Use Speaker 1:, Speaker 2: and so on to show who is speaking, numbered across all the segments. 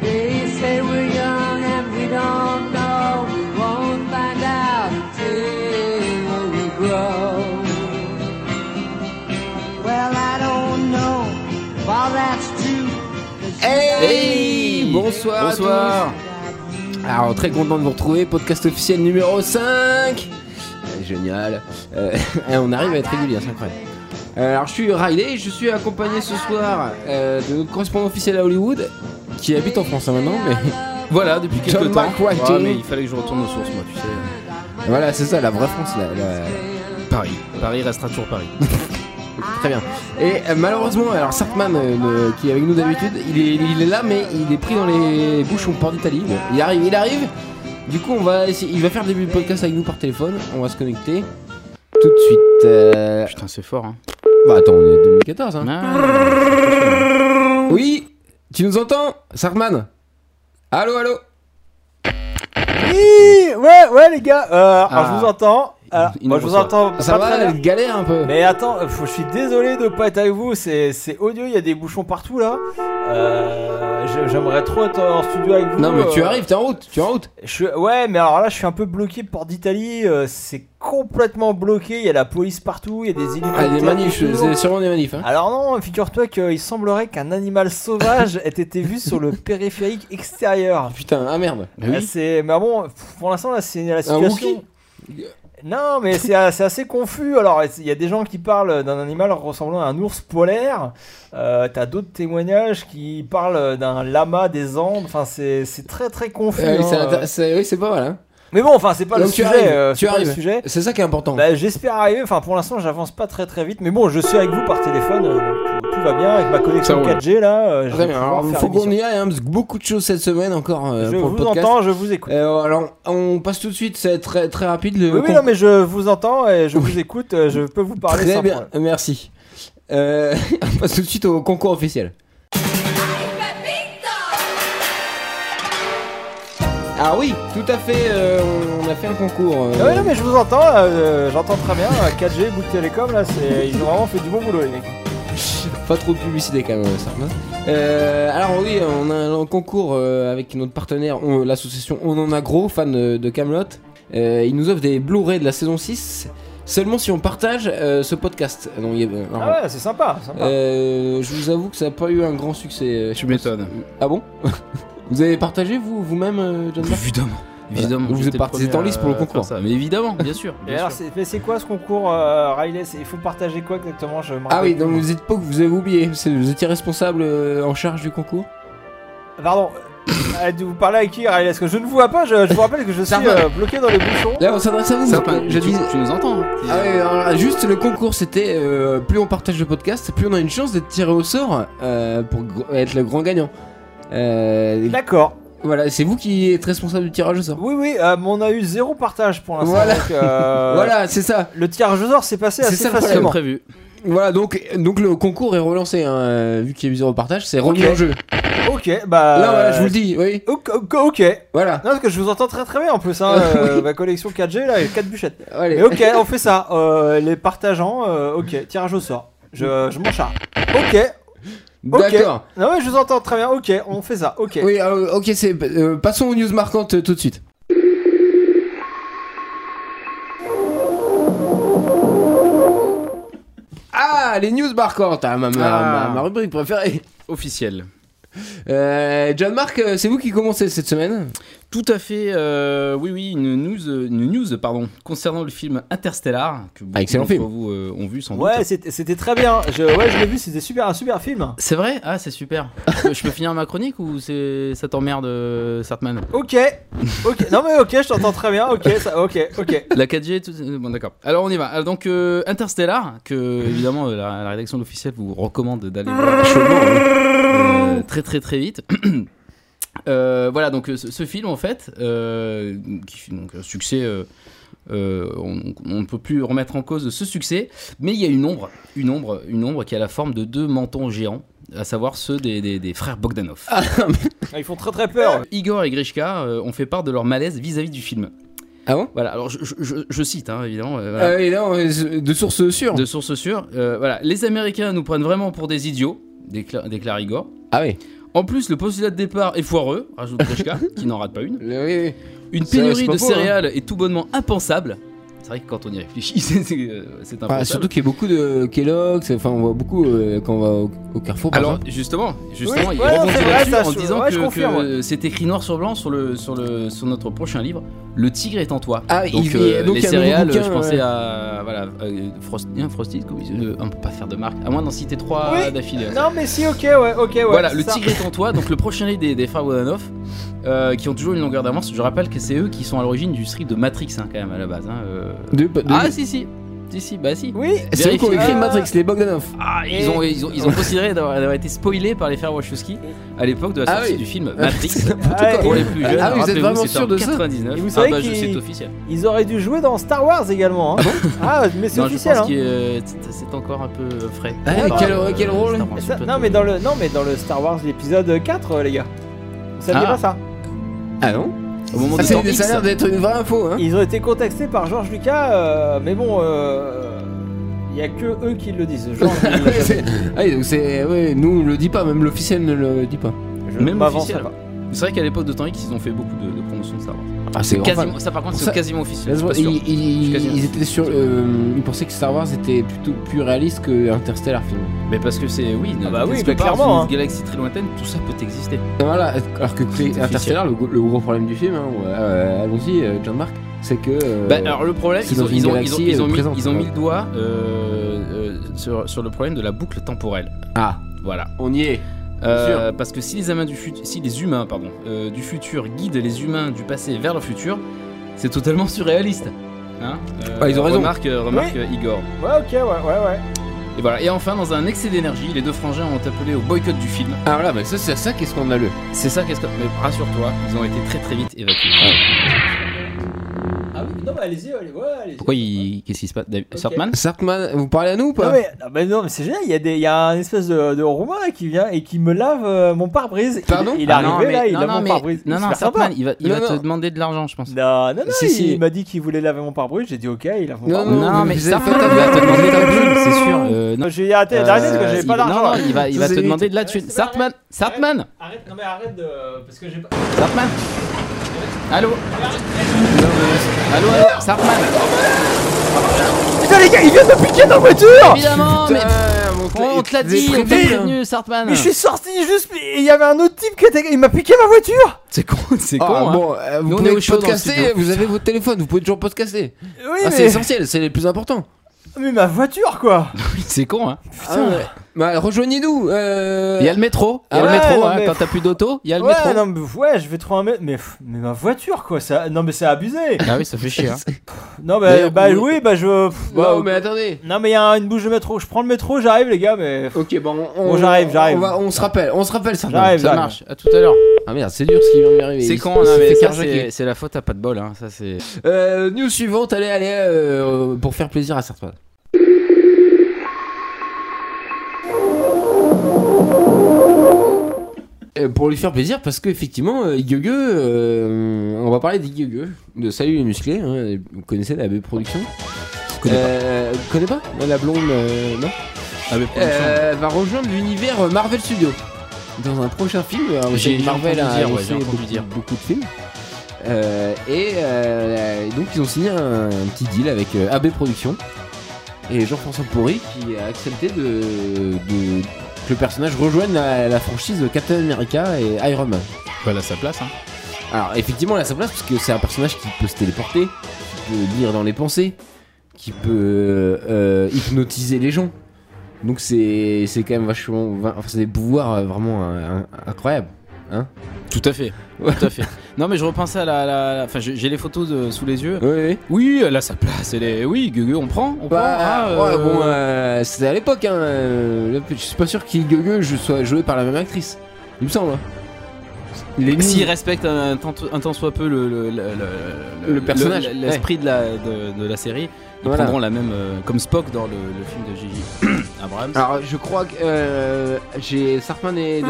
Speaker 1: They say we're young and we don't know. Won't find out till we grow. Well, I don't know if all that's true. 'cause
Speaker 2: Hey, bonsoir. à
Speaker 3: Bonsoir.
Speaker 2: tous. Alors très content de vous retrouver, podcast officiel numéro 5 Génial Euh, On arrive à être régulier, c'est incroyable. Euh, Alors je suis Riley, je suis accompagné ce soir euh, de notre correspondant officiel à Hollywood, qui habite en France hein, maintenant, mais
Speaker 3: Voilà, depuis quelques
Speaker 2: John
Speaker 3: temps.
Speaker 2: McWhite.
Speaker 3: Ouais, mais il fallait que je retourne aux sources, moi, tu sais.
Speaker 2: voilà c'est ça la vraie France, la- la-
Speaker 3: Paris. Paris restera toujours Paris.
Speaker 2: très bien. Et euh, malheureusement, alors Sartman euh, le- qui est avec nous d'habitude, il est, il est là mais il est pris dans les bouchons port d'Italie. Bon, il arrive, il arrive. Du coup on va essayer, il va faire le début du podcast avec nous par téléphone, on va se connecter tout de suite. euh,
Speaker 3: Putain, c'est fort, hein.
Speaker 2: Bah attends, on est 2014 hein.
Speaker 3: Ah.
Speaker 2: Oui, tu nous entends Sarkman Allô, allô
Speaker 4: Hi, Ouais, ouais, les gars. Euh, alors,
Speaker 3: Ah.
Speaker 4: je vous entends. Alors,
Speaker 3: Il nous
Speaker 4: moi, je vous
Speaker 3: reçoit.
Speaker 4: entends.
Speaker 2: Ça
Speaker 4: pas très
Speaker 2: va,
Speaker 4: bien.
Speaker 2: galère un peu
Speaker 4: Mais attends, euh, faut- je suis désolé de pas être avec vous. C'est c'est odieux. Il y a des bouchons partout là. Euh, j'ai- J'aimerais trop être en studio avec vous.
Speaker 2: Non mais tu
Speaker 4: euh,
Speaker 2: arrives, t'es en route, tu es en route
Speaker 4: je suis- ouais, mais alors là, je suis un peu bloqué Port d'Italie. euh, c'est complètement bloqué. Il y a la police partout. Il y a des
Speaker 2: Ah,
Speaker 4: hélicoptères.
Speaker 2: des manifs,
Speaker 4: partout.
Speaker 2: c'est sûrement des manifs hein.
Speaker 4: Alors non, figure-toi qu'il semblerait qu'un animal sauvage ait été vu sur le périphérique extérieur.
Speaker 2: Putain, ah merde
Speaker 4: Ah,
Speaker 3: Oui.
Speaker 4: c'est mais bon, pour l'instant là c'est la situation.
Speaker 2: Wookie
Speaker 4: Non, mais c'est a- c'est assez confus. Alors, il y a des gens qui parlent d'un animal ressemblant à un ours polaire. Euh, T'as d'autres témoignages qui parlent d'un lama des Andes. Enfin, c'est c'est très très confus.
Speaker 2: Euh,
Speaker 4: hein.
Speaker 2: oui, c'est intér- c'est- oui, c'est pas mal hein.
Speaker 4: Mais bon, enfin, c'est pas le
Speaker 2: Donc, tu
Speaker 4: sujet.
Speaker 2: arrives,
Speaker 4: euh,
Speaker 2: tu
Speaker 4: c'est pas le
Speaker 2: arrives.
Speaker 4: sujet.
Speaker 2: C'est ça qui est important
Speaker 4: Bah, J'espère arriver. Enfin, pour l'instant, j'avance pas très très vite. Mais bon, je suis avec vous par téléphone. euh, donc tout, tout va bien avec ma
Speaker 3: Ça
Speaker 4: connexion
Speaker 3: roule.
Speaker 4: 4G là. euh, je
Speaker 2: Ah, Très
Speaker 4: vais
Speaker 2: bien,
Speaker 4: pouvoir
Speaker 2: alors
Speaker 4: faire
Speaker 2: faut qu'on
Speaker 4: l'émission.
Speaker 2: y aille hein, parce que beaucoup de choses cette semaine encore euh,
Speaker 4: Je
Speaker 2: pour le
Speaker 4: vous
Speaker 2: podcast
Speaker 4: entends, je vous écoute.
Speaker 2: Euh, alors, on passe tout de suite, c'est très, très rapide le
Speaker 4: Oui, oui,
Speaker 2: con-
Speaker 4: non, mais je vous entends et je vous écoute, euh, je peux vous parler
Speaker 2: Très
Speaker 4: sans
Speaker 2: bien,
Speaker 4: problème.
Speaker 2: merci Euh, On passe tout de suite au concours officiel Ah oui, tout à fait, euh, on a fait un concours. euh,
Speaker 4: Ah ouais, non, mais je vous entends, euh, j'entends très bien. euh, 4G, Bouygues Télécom, là, c'est- ils ont vraiment fait du bon boulot, les mecs.
Speaker 2: Pas trop de publicité quand même, ça. hein. Euh, alors oui, on a un concours euh, avec notre partenaire, on- l'association On en a gros, fan euh, de Camelot. ils nous offrent des Blu-ray de la saison 6, seulement si on partage euh, ce podcast. Non, il y a- alors,
Speaker 4: Ah ouais, c'est sympa, sympa.
Speaker 2: euh, je vous avoue que ça n'a pas eu un grand succès. euh, je
Speaker 3: Tu
Speaker 2: pense.
Speaker 3: m'étonnes.
Speaker 2: Ah bon Vous avez partagé vous- vous-même, euh, John Dark
Speaker 3: Évidemment. Évidemment.
Speaker 2: Vous
Speaker 3: j'étais
Speaker 2: êtes parti-
Speaker 3: le premier
Speaker 2: c'est en lice pour le
Speaker 3: à
Speaker 2: concours.
Speaker 3: faire ça. Mais évidemment, bien sûr.
Speaker 4: Et
Speaker 3: bien
Speaker 4: alors,
Speaker 3: sûr.
Speaker 4: c'est- mais c'est quoi ce concours, euh, Riley C'est- Il faut partager quoi exactement je me
Speaker 2: Ah oui,
Speaker 4: rappelle
Speaker 2: donc
Speaker 4: plus.
Speaker 2: vous êtes pas que vous avez oublié, c'est- vous étiez responsable euh, en charge du concours
Speaker 4: Pardon, euh, vous parlez à qui, Riley Parce que je ne vous vois pas, je, je vous rappelle que je suis
Speaker 3: Ça va.
Speaker 4: euh, bloqué dans les bouchons.
Speaker 2: Là on s'adresse à vous,
Speaker 3: Ça,
Speaker 2: parce que
Speaker 3: tu,
Speaker 2: je dis-
Speaker 3: tu nous entends. hein.
Speaker 2: Ah ouais, alors, juste le concours, c'était euh, plus on partage le podcast, plus on a une chance d'être tiré au sort euh, pour gr- être le grand gagnant. Euh,
Speaker 4: D'accord.
Speaker 2: voilà, c'est vous qui êtes responsable du tirage au sort.
Speaker 4: Oui, oui, euh, mais on a eu zéro partage pour l'instant.
Speaker 2: Voilà.
Speaker 4: donc, euh,
Speaker 2: Voilà, c'est ça.
Speaker 4: Le tirage au sort s'est passé
Speaker 2: C'est
Speaker 4: assez
Speaker 2: ça le
Speaker 3: Comme
Speaker 2: vraiment.
Speaker 4: facilement.
Speaker 3: prévu.
Speaker 2: Voilà, donc, donc le concours est relancé, hein, euh, vu qu'il y a eu zéro partage, c'est remis
Speaker 4: Ok.
Speaker 2: en jeu.
Speaker 4: Ok, bah.
Speaker 2: Là, voilà, je vous le dis, oui,
Speaker 4: Ok, ok, ok.
Speaker 2: voilà.
Speaker 4: Non, parce que je vous entends très très bien en plus, hein, euh, ma collection 4G là, 4 bûchettes.
Speaker 2: Allez.
Speaker 4: Mais ok, on fait ça, euh, les partageants, euh, ok, tirage au sort, je, je m'en charge. Ok,
Speaker 2: D'accord.
Speaker 4: non mais je vous entends très bien, ok, on fait ça, ok.
Speaker 2: Oui, alors, ok, c'est. euh, passons aux news marquantes euh, tout de suite. Ah, les news marquantes, ah, ma, ma-
Speaker 3: Ah.
Speaker 2: ma- ma rubrique préférée.
Speaker 3: Officiel.
Speaker 2: Euh, John Mark, euh, c'est vous qui commencez cette semaine
Speaker 3: Tout à fait, euh, oui, oui, une news, euh, une news pardon, concernant le film Interstellar, que beaucoup
Speaker 2: Ah, excellent
Speaker 3: d'entre
Speaker 2: film.
Speaker 3: vous euh, ont vu sans doute.
Speaker 4: Ouais, c'était c'était très bien, je, ouais, je l'ai vu, c'était super, un super film.
Speaker 3: C'est vrai Ah, c'est super. je, peux- je peux finir ma chronique ou c'est ça t'emmerde, euh, Sartman
Speaker 4: Ok, ok, non mais ok, je t'entends très bien, ok, ça, ok, ok.
Speaker 3: La 4G, tout... euh, bon d'accord. Alors on y va. Alors, donc euh, Interstellar, que évidemment euh, la, la rédaction de l'officiel vous recommande d'aller voir chaudement, euh, euh, très très très vite. Euh, voilà donc euh, ce, ce film en fait, euh, qui fut donc un succès, euh, euh, on on ne peut plus remettre en cause ce succès, mais il y a une ombre, une ombre, une ombre qui a la forme de deux mentons géants, à savoir ceux des, des- des frères Bogdanov.
Speaker 2: Ah
Speaker 4: Ils font très très peur.
Speaker 3: Igor et Grishka euh, ont fait part de leur malaise vis-à-vis du film.
Speaker 2: Ah bon
Speaker 3: Voilà, alors je, je- je- je cite, hein, évidemment. euh, voilà.
Speaker 2: Euh, et non, euh, de source sûre.
Speaker 3: De sources sûres, euh, voilà. Les Américains nous prennent vraiment pour des idiots, décla- déclare Igor.
Speaker 2: Ah oui.
Speaker 3: En plus, le postulat de départ est foireux, rajoute Kochka, qui n'en rate pas une.
Speaker 2: Le- Euh, oui, oui.
Speaker 3: Une
Speaker 2: Ça, c'est
Speaker 3: pénurie
Speaker 2: pas
Speaker 3: de
Speaker 2: faux, hein.
Speaker 3: céréales est tout bonnement impensable. C'est vrai que quand on y réfléchit, c'est- c'est euh, c'est impensable.
Speaker 2: Enfin, Bah, surtout qu'il y a beaucoup de Kellogg's, enfin on voit beaucoup euh, quand on va au, au Carrefour. par
Speaker 3: Alors
Speaker 2: exemple.
Speaker 3: justement, justement,
Speaker 4: Oui,
Speaker 3: il
Speaker 4: ouais,
Speaker 3: rebondit
Speaker 4: c'est vrai,
Speaker 3: là-dessus
Speaker 4: ça,
Speaker 3: en
Speaker 4: je-
Speaker 3: disant
Speaker 4: ouais,
Speaker 3: que,
Speaker 4: je confirme,
Speaker 3: que c'est écrit noir sur blanc sur le sur le sur notre prochain livre, Le tigre est en toi.
Speaker 2: Ah,
Speaker 3: donc,
Speaker 2: il-
Speaker 3: euh,
Speaker 2: il- donc
Speaker 3: les
Speaker 2: il y a un
Speaker 3: céréales,
Speaker 2: nouveau
Speaker 3: je
Speaker 2: bouquin,
Speaker 3: pensais
Speaker 2: ouais.
Speaker 3: à voilà euh, Frost, hein, Frosted, comme ils- euh, on peut pas faire de marque, à moins d'en citer trois
Speaker 4: Oui.
Speaker 3: d'affilée.
Speaker 4: Non, mais si, ok, ouais, ok, ouais.
Speaker 3: voilà,
Speaker 4: c'est
Speaker 3: le
Speaker 4: ça.
Speaker 3: tigre est en toi, donc le prochain livre des, des frères Wodanoff, euh, qui ont toujours une longueur d'avance. Je rappelle que c'est eux qui sont à l'origine du strip de Matrix, hein, quand même, à la base. hein, euh.
Speaker 2: De- de-
Speaker 3: Ah, si, si, si, si, bah si.
Speaker 4: Oui,
Speaker 2: c'est eux qui ont
Speaker 3: vérifie-
Speaker 2: écrit
Speaker 4: Ah.
Speaker 2: Matrix, les Bogdanov.
Speaker 3: Ah, ils ont, ils ont, ils ont considéré d'avoir d'avoir été spoilés par les frères Wachowski à l'époque de la
Speaker 2: Ah
Speaker 3: sortie
Speaker 2: oui.
Speaker 3: du film Matrix.
Speaker 4: Ah,
Speaker 3: Pour
Speaker 4: et-
Speaker 3: les plus jeunes,
Speaker 2: Ah oui, vous êtes
Speaker 3: rappelez-vous,
Speaker 2: vraiment
Speaker 3: c'était
Speaker 2: sûr
Speaker 3: en
Speaker 2: de ça
Speaker 3: 99.
Speaker 4: Et vous
Speaker 3: ah
Speaker 4: savez
Speaker 3: bah je
Speaker 4: qu'ils-
Speaker 3: sais, c'est officiel.
Speaker 4: Ils auraient dû jouer dans Star Wars également. hein. ah, mais c'est
Speaker 3: Non, je
Speaker 4: officiel.
Speaker 3: pense
Speaker 4: hein.
Speaker 3: que euh, c'est- c'est encore un peu euh, frais.
Speaker 2: Ah,
Speaker 3: Par,
Speaker 2: quel-
Speaker 3: euh,
Speaker 2: quel rôle
Speaker 3: Star Wars,
Speaker 4: Et ça-
Speaker 3: toi,
Speaker 4: non,
Speaker 3: t'es-
Speaker 4: mais dans le, non, mais dans le Star Wars, l'épisode 4, euh, les gars. Vous saviez
Speaker 3: Ah.
Speaker 4: pas ça
Speaker 2: Ah non
Speaker 3: Au moment
Speaker 2: Ah,
Speaker 3: de
Speaker 2: c'est-
Speaker 3: temps X,
Speaker 2: Ça a l'air d'être une vraie info, hein
Speaker 4: Ils ont été contactés par George Lucas, euh, mais bon, euh, il y a que eux qui le disent. George, il l'a jamais
Speaker 2: C'est- ah, donc c'est. Ouais, nous on le dit pas, même l'officiel ne le dit pas.
Speaker 4: dit. Je
Speaker 3: Même
Speaker 4: m'avancerai
Speaker 3: officiel. c'est vrai qu'à l'époque de temps X, ils ont fait beaucoup de, de promotions de Star Wars.
Speaker 2: Ah, c'est
Speaker 3: Quasiment, ça, par contre,
Speaker 2: pour
Speaker 3: c'est
Speaker 2: ça-
Speaker 3: quasiment officiel.
Speaker 2: Là,
Speaker 3: je
Speaker 2: se
Speaker 3: suis
Speaker 2: voit,
Speaker 3: pas sûr.
Speaker 2: ils, ils-
Speaker 3: Je suis quasiment
Speaker 2: ils étaient sur. euh, ils pensaient que Star Wars était plutôt plus réaliste que Interstellar finalement.
Speaker 3: Mais parce que c'est. Oui,
Speaker 4: Ah bah
Speaker 3: parce
Speaker 4: oui,
Speaker 3: que
Speaker 4: bah
Speaker 3: par
Speaker 4: clairement,
Speaker 3: Une
Speaker 4: hein.
Speaker 3: galaxie très lointaine, tout ça peut exister.
Speaker 2: Voilà, alors que c'est Interstellar, le, gros- le gros problème du film, hein, ouais, euh, allons-y, euh, John Mark, c'est que. euh,
Speaker 3: Bah, alors le problème,
Speaker 2: c'est
Speaker 3: ils
Speaker 2: dans
Speaker 3: ont,
Speaker 2: une
Speaker 3: ils ont, ils ont,
Speaker 2: galaxie,
Speaker 3: ils ont
Speaker 2: euh,
Speaker 3: mis,
Speaker 2: présente,
Speaker 3: ils ont
Speaker 2: quoi.
Speaker 3: mis le doigt euh, euh, sur, sur le problème de la boucle temporelle.
Speaker 2: Ah,
Speaker 3: Voilà.
Speaker 2: on y est
Speaker 3: Euh, parce que si les humains du, fut- si les humains, pardon, euh, du futur guident les humains du passé vers le futur, c'est totalement surréaliste. Hein Euh,
Speaker 2: Ah, ils ont raison.
Speaker 3: Remarque, euh, remarque, euh, Igor.
Speaker 4: Ouais, ok, ouais, ouais, ouais.
Speaker 3: Et voilà. Et enfin, dans un excès d'énergie, les deux frangins ont appelé au boycott du film.
Speaker 2: Ah voilà, bah ça, c'est ça qui est scandaleux.
Speaker 3: C'est ça, qu'est-ce que. Mais rassure-toi, ils ont été très très vite évacués.
Speaker 4: Ah oui, non, mais allez-y, allez, ouais, allez-y.
Speaker 3: Pourquoi ils. Qu'est-ce qui se passe David-
Speaker 4: Ok.
Speaker 3: Sortman
Speaker 2: Sartman, vous parlez à nous ou pas
Speaker 4: Non mais, non, mais, non, mais c'est génial, il y, a des- il y a un espèce de, de roumain là, qui vient et qui me lave euh, mon pare-brise. Il-
Speaker 2: Pardon
Speaker 4: Il est
Speaker 3: Ah,
Speaker 4: arrivé
Speaker 3: non, mais-
Speaker 4: là, il
Speaker 3: non,
Speaker 4: lave
Speaker 3: non,
Speaker 4: mon
Speaker 3: mais-
Speaker 4: pare-brise.
Speaker 3: Non, non,
Speaker 4: Super
Speaker 3: Sartman,
Speaker 4: sympa.
Speaker 3: il va, il
Speaker 2: Non,
Speaker 3: va te
Speaker 2: non.
Speaker 3: demander de l'argent, je pense.
Speaker 4: Non, non, non,
Speaker 2: Si,
Speaker 4: il,
Speaker 2: si.
Speaker 4: il m'a dit qu'il voulait laver mon pare-brise, j'ai dit ok, il lave mon
Speaker 2: Non,
Speaker 4: pare-brise.
Speaker 2: non,
Speaker 3: Non, mais
Speaker 2: mais vous
Speaker 3: ça,
Speaker 2: avez
Speaker 3: Sartman, il va te demander de l'argent, c'est sûr. Euh, non.
Speaker 4: J'ai arrêté,
Speaker 3: Euh,
Speaker 4: arrêtez parce que j'avais
Speaker 3: il-
Speaker 4: pas
Speaker 3: Non,
Speaker 4: d'argent.
Speaker 3: non, il va, il va
Speaker 2: Ça,
Speaker 3: te
Speaker 2: c'est
Speaker 3: demander
Speaker 2: vite.
Speaker 3: de la thune.
Speaker 4: Ouais, c'est pas
Speaker 3: Sartman,
Speaker 4: grave.
Speaker 3: Sartman,
Speaker 4: Arrête, non mais arrête de... parce que j'ai pas...
Speaker 3: Sartman. Allô Allô, allô, Sartman.
Speaker 4: Ah, Putain les gars, il vient de me piquer dans la voiture
Speaker 3: Évidemment, mais
Speaker 2: Putain, mon
Speaker 3: on te l'a
Speaker 2: vous avez
Speaker 3: dit, on t'a
Speaker 2: prévenu, hein.
Speaker 3: prévenu, Sartman.
Speaker 4: Mais je suis sorti juste, et il y avait un autre type qui était... Il m'a piqué ma voiture
Speaker 3: C'est con, c'est con.
Speaker 2: Ah,
Speaker 3: hein.
Speaker 2: bon, euh, vous
Speaker 3: Nous, on est
Speaker 2: pouvez
Speaker 3: au chaud dans le
Speaker 2: podcaster,
Speaker 3: studio.
Speaker 2: vous avez votre téléphone, vous pouvez toujours podcaster.
Speaker 4: Oui
Speaker 2: Ah, c'est
Speaker 4: mais... Ah,
Speaker 2: essentiel, c'est le plus important.
Speaker 4: mais ma voiture quoi
Speaker 3: C'est con, hein.
Speaker 2: Putain, bah, rejoignez-nous. euh,
Speaker 3: Il y a le métro, il y a le
Speaker 4: ah Ouais,
Speaker 3: métro,
Speaker 4: non,
Speaker 3: hein,
Speaker 4: mais-
Speaker 3: quand t'as plus d'auto, il y a le
Speaker 4: Ouais,
Speaker 3: métro.
Speaker 4: non, mais ouais, je vais trouver un mec. Mais, pff, mais ma voiture, quoi, ça. Non, mais c'est abusé.
Speaker 3: Ah oui, ça fait chier. Hein.
Speaker 4: Non, mais
Speaker 2: D'ailleurs,
Speaker 4: bah
Speaker 2: vous-
Speaker 4: oui, bah je. pff, bah,
Speaker 2: Non, mais attendez.
Speaker 4: Non, mais il y a une bouche de métro. Je prends le métro, j'arrive, les gars, mais. pff,
Speaker 2: Ok, bon, on,
Speaker 4: Bon, j'arrive, j'arrive.
Speaker 2: On, va- on se rappelle, on se rappelle, Sartman.
Speaker 4: J'arrive,
Speaker 2: ça
Speaker 4: j'arrive.
Speaker 2: marche.
Speaker 3: Marche, à tout à l'heure.
Speaker 2: Ah merde, c'est dur ce qui vient de m'arriver.
Speaker 3: C'est
Speaker 2: Il
Speaker 3: con,
Speaker 2: se-
Speaker 3: non,
Speaker 2: il
Speaker 3: mais
Speaker 2: s'est fait
Speaker 3: ça,
Speaker 2: carjacker.
Speaker 3: c'est c'est la faute à pas de bol. Hein. Ça, c'est.
Speaker 2: Euh, news suivante, allez, allez, euh, pour faire plaisir à Sartman. Euh, pour lui faire plaisir, parce qu'effectivement, euh, Gueugueux, euh, on va parler d'Igueugue, de Salut les musclés, hein, vous connaissez la B Production
Speaker 3: connais pas.
Speaker 2: Euh, connais pas La blonde, euh, non
Speaker 3: Ah, mais
Speaker 2: Euh, va rejoindre l'univers euh, Marvel Studio dans un prochain film. euh,
Speaker 3: J'ai- j'ai
Speaker 2: Marvel
Speaker 3: entendu
Speaker 2: a
Speaker 3: dire, ouais,
Speaker 2: annoncé
Speaker 3: j'ai entendu
Speaker 2: beaucoup,
Speaker 3: dire.
Speaker 2: beaucoup de films. Euh, et euh, donc ils ont signé un, un petit deal avec euh, AB Productions et Jean-François Pourri qui a accepté de, de- que le personnage rejoigne la, la franchise de Captain America et Iron Man.
Speaker 3: Voilà sa place. Hein.
Speaker 2: Alors effectivement, elle a sa place parce que c'est un personnage qui peut se téléporter, qui peut lire dans les pensées, qui peut euh, hypnotiser les gens. Donc c'est c'est quand même vachement, enfin c'est des pouvoirs euh, vraiment euh, in- incroyables.
Speaker 3: Tout à fait.
Speaker 2: Ouais.
Speaker 3: Tout à fait. Non, mais je repensais à la. la- la- Enfin, j'ai j'ai les photos de- sous les yeux.
Speaker 2: Oui, oui.
Speaker 3: Oui, elle a sa place. Elle est... Oui, Gugu, on prend. On
Speaker 2: Bah,
Speaker 3: prend. ah,
Speaker 2: ouais,
Speaker 3: euh,
Speaker 2: bon, euh, c'était à l'époque. Hein, euh, je suis pas sûr qu'il Gueugue je sois joué par la même actrice. Il me semble. hein. Les
Speaker 3: S'il
Speaker 2: nuls.
Speaker 3: respecte un, tant- un tant soit peu le, le, le-
Speaker 2: Le personnage,
Speaker 3: le- l'esprit de, la, de, de la série, ils
Speaker 2: Voilà.
Speaker 3: prendront la même. euh, comme Spock dans le, le film de Gigi Abrams.
Speaker 2: Alors je crois que euh, j'ai Sartman et.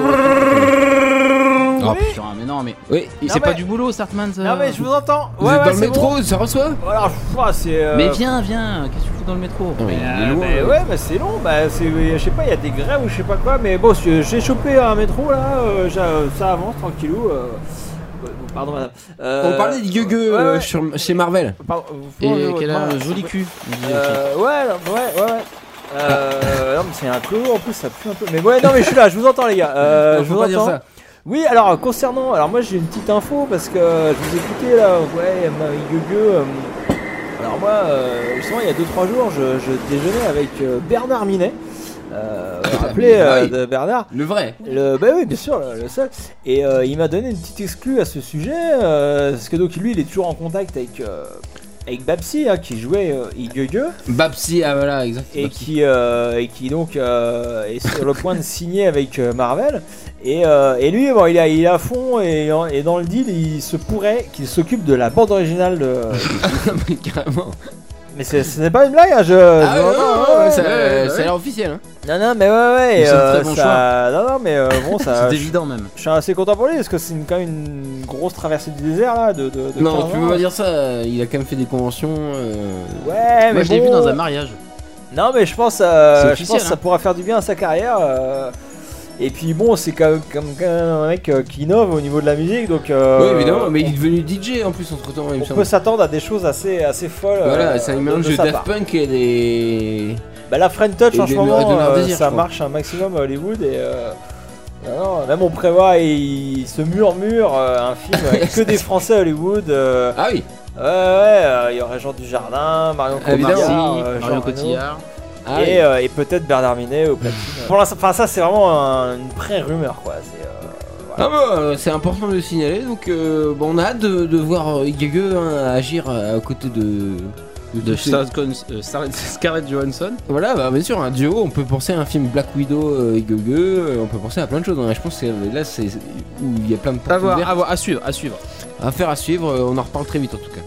Speaker 3: Oh
Speaker 4: Oui.
Speaker 3: putain, mais non, mais.
Speaker 2: Oui.
Speaker 3: Et
Speaker 4: Non,
Speaker 3: C'est pas
Speaker 4: mais-
Speaker 3: du boulot, Sartman ça
Speaker 4: Non mais je vous entends.
Speaker 2: Vous
Speaker 4: ouais,
Speaker 2: êtes
Speaker 4: ouais,
Speaker 2: dans le
Speaker 4: c'est bon.
Speaker 2: métro, ça reçoit
Speaker 4: Voilà, pff, ah, c'est. euh,
Speaker 3: Mais viens, viens, qu'est-ce que tu fous dans le métro
Speaker 2: Non, mais il est
Speaker 4: euh,
Speaker 2: loin.
Speaker 4: mais
Speaker 2: hein.
Speaker 4: ouais, mais c'est long. Bah, c'est, je sais pas, il y a des grèves ou je sais pas quoi. Mais bon, euh, j'ai j'ai chopé un métro là. euh, j'a- euh, ça avance tranquillou. euh, euh, Pardon, madame. Euh,
Speaker 2: On parlait de Gueux
Speaker 4: ouais, ouais.
Speaker 2: chez Marvel.
Speaker 4: Pardon, vous-
Speaker 3: Et
Speaker 4: vous-
Speaker 3: qu'elle a
Speaker 4: vous-
Speaker 3: un joli cul. Ah.
Speaker 4: Euh, ouais, non, ouais, ouais, ouais. Euh, non, mais c'est un clodo en plus, ça pue un peu. Mais ouais, non, mais je suis là, je vous entends, les gars. Euh,
Speaker 2: Non,
Speaker 4: je
Speaker 2: faut
Speaker 4: vous
Speaker 2: pas
Speaker 4: entends.
Speaker 2: dire ça.
Speaker 4: Oui, alors euh, concernant, alors moi j'ai une petite info parce que euh, je vous écoutais là, ouais, Marie Gueux. euh, alors moi, euh, justement, il y a 2-3 jours, je, je déjeunais avec euh, Bernard Minet. Euh, vous vous rappelez
Speaker 2: Ah
Speaker 4: euh,
Speaker 2: oui.
Speaker 4: de Bernard
Speaker 2: Le vrai.
Speaker 4: le, bah oui, bien sûr, le, le seul. Et euh, il m'a donné une petite exclue à ce sujet, euh, parce que donc lui, il est toujours en contact avec, euh, avec Babsi, hein, qui jouait euh, Igueugueux
Speaker 2: Babsi, ah voilà, exact.
Speaker 4: et
Speaker 2: Babsi.
Speaker 4: qui, euh, et qui donc euh, est sur le point de signer avec euh, Marvel. Et, euh, et lui, bon, il, a, il est à fond et, en- et dans le deal, il se pourrait qu'il s'occupe de la bande originale de.
Speaker 2: Mais carrément.
Speaker 4: Mais c'est- ce n'est pas une blague, hein, je.
Speaker 2: Ah ouais, ouais,
Speaker 4: vraiment,
Speaker 2: ouais, ouais, ça,
Speaker 3: ouais,
Speaker 2: euh,
Speaker 3: ouais.
Speaker 2: ça a l'air officiel. Hein.
Speaker 4: Non, non, mais ouais, ouais,
Speaker 3: Mais
Speaker 4: et,
Speaker 3: c'est un
Speaker 4: euh,
Speaker 3: très bon
Speaker 4: ça- Non, non, mais euh, bon, ça.
Speaker 3: C'est évident même.
Speaker 4: Je suis assez content pour lui parce que c'est une- quand même une grosse traversée du désert là de. de, de
Speaker 2: Non,
Speaker 4: 15
Speaker 2: tu
Speaker 4: ans.
Speaker 2: peux pas dire ça. euh, Il a quand même fait des conventions. euh,
Speaker 4: Ouais, mais
Speaker 3: Moi je l'ai
Speaker 4: bon.
Speaker 3: vu dans un mariage.
Speaker 4: Non, mais je pense, euh,
Speaker 3: C'est
Speaker 4: je
Speaker 3: officiel,
Speaker 4: pense que ça
Speaker 3: hein.
Speaker 4: pourra faire du bien à sa carrière. euh, Et puis bon, c'est quand même, comme quand même un mec euh, qui innove au niveau de la musique, donc. euh,
Speaker 2: Oui, évidemment, mais
Speaker 4: on-
Speaker 2: il est devenu DJ en plus entre temps.
Speaker 4: On peut s'attendre à des choses assez, assez folles.
Speaker 2: Voilà,
Speaker 4: euh,
Speaker 2: c'est un
Speaker 4: de-
Speaker 2: mélange
Speaker 4: de
Speaker 2: de
Speaker 4: sa
Speaker 2: Daft
Speaker 4: part.
Speaker 2: Punk et des.
Speaker 4: Bah, la Friend Touch
Speaker 2: et
Speaker 4: en ce
Speaker 2: de-
Speaker 4: moment,
Speaker 2: de leur
Speaker 4: euh,
Speaker 2: désir, je
Speaker 4: ça
Speaker 2: crois.
Speaker 4: marche un maximum à Hollywood et. euh, non, non, même on prévoit, il se murmure euh, un film avec que des Français à Hollywood. euh,
Speaker 2: Ah oui
Speaker 4: Ouais, ouais, euh, il y aurait Jean Dujardin, Marion
Speaker 2: Évidemment.
Speaker 4: Cotillard,
Speaker 3: Marcy,
Speaker 4: euh, Jean
Speaker 3: Marion
Speaker 4: Reno,
Speaker 3: Cotillard.
Speaker 2: Ah oui.
Speaker 4: et, euh, et peut-être Bernard Minet au platine. Pour l'instant, enfin, ça c'est vraiment un- une pré-rumeur quoi. c'est, euh, voilà.
Speaker 2: Ah bah, euh, c'est important de le signaler, donc euh, bon, on a hâte de, de voir euh, Igege, hein, agir euh, à côté de...
Speaker 3: De euh,
Speaker 2: tous ces-
Speaker 3: Scarlett Johansson.
Speaker 2: Voilà, bah, bien sûr, un duo, on peut penser à un film Black Widow euh, Igege, euh, on peut penser à plein de choses, hein, je pense que là c'est où il y a plein de
Speaker 3: À
Speaker 2: portes
Speaker 3: voir,
Speaker 2: ouvertes.
Speaker 3: à voir, à suivre, à suivre.
Speaker 2: à faire à suivre, euh, on en reparle très vite en tout cas.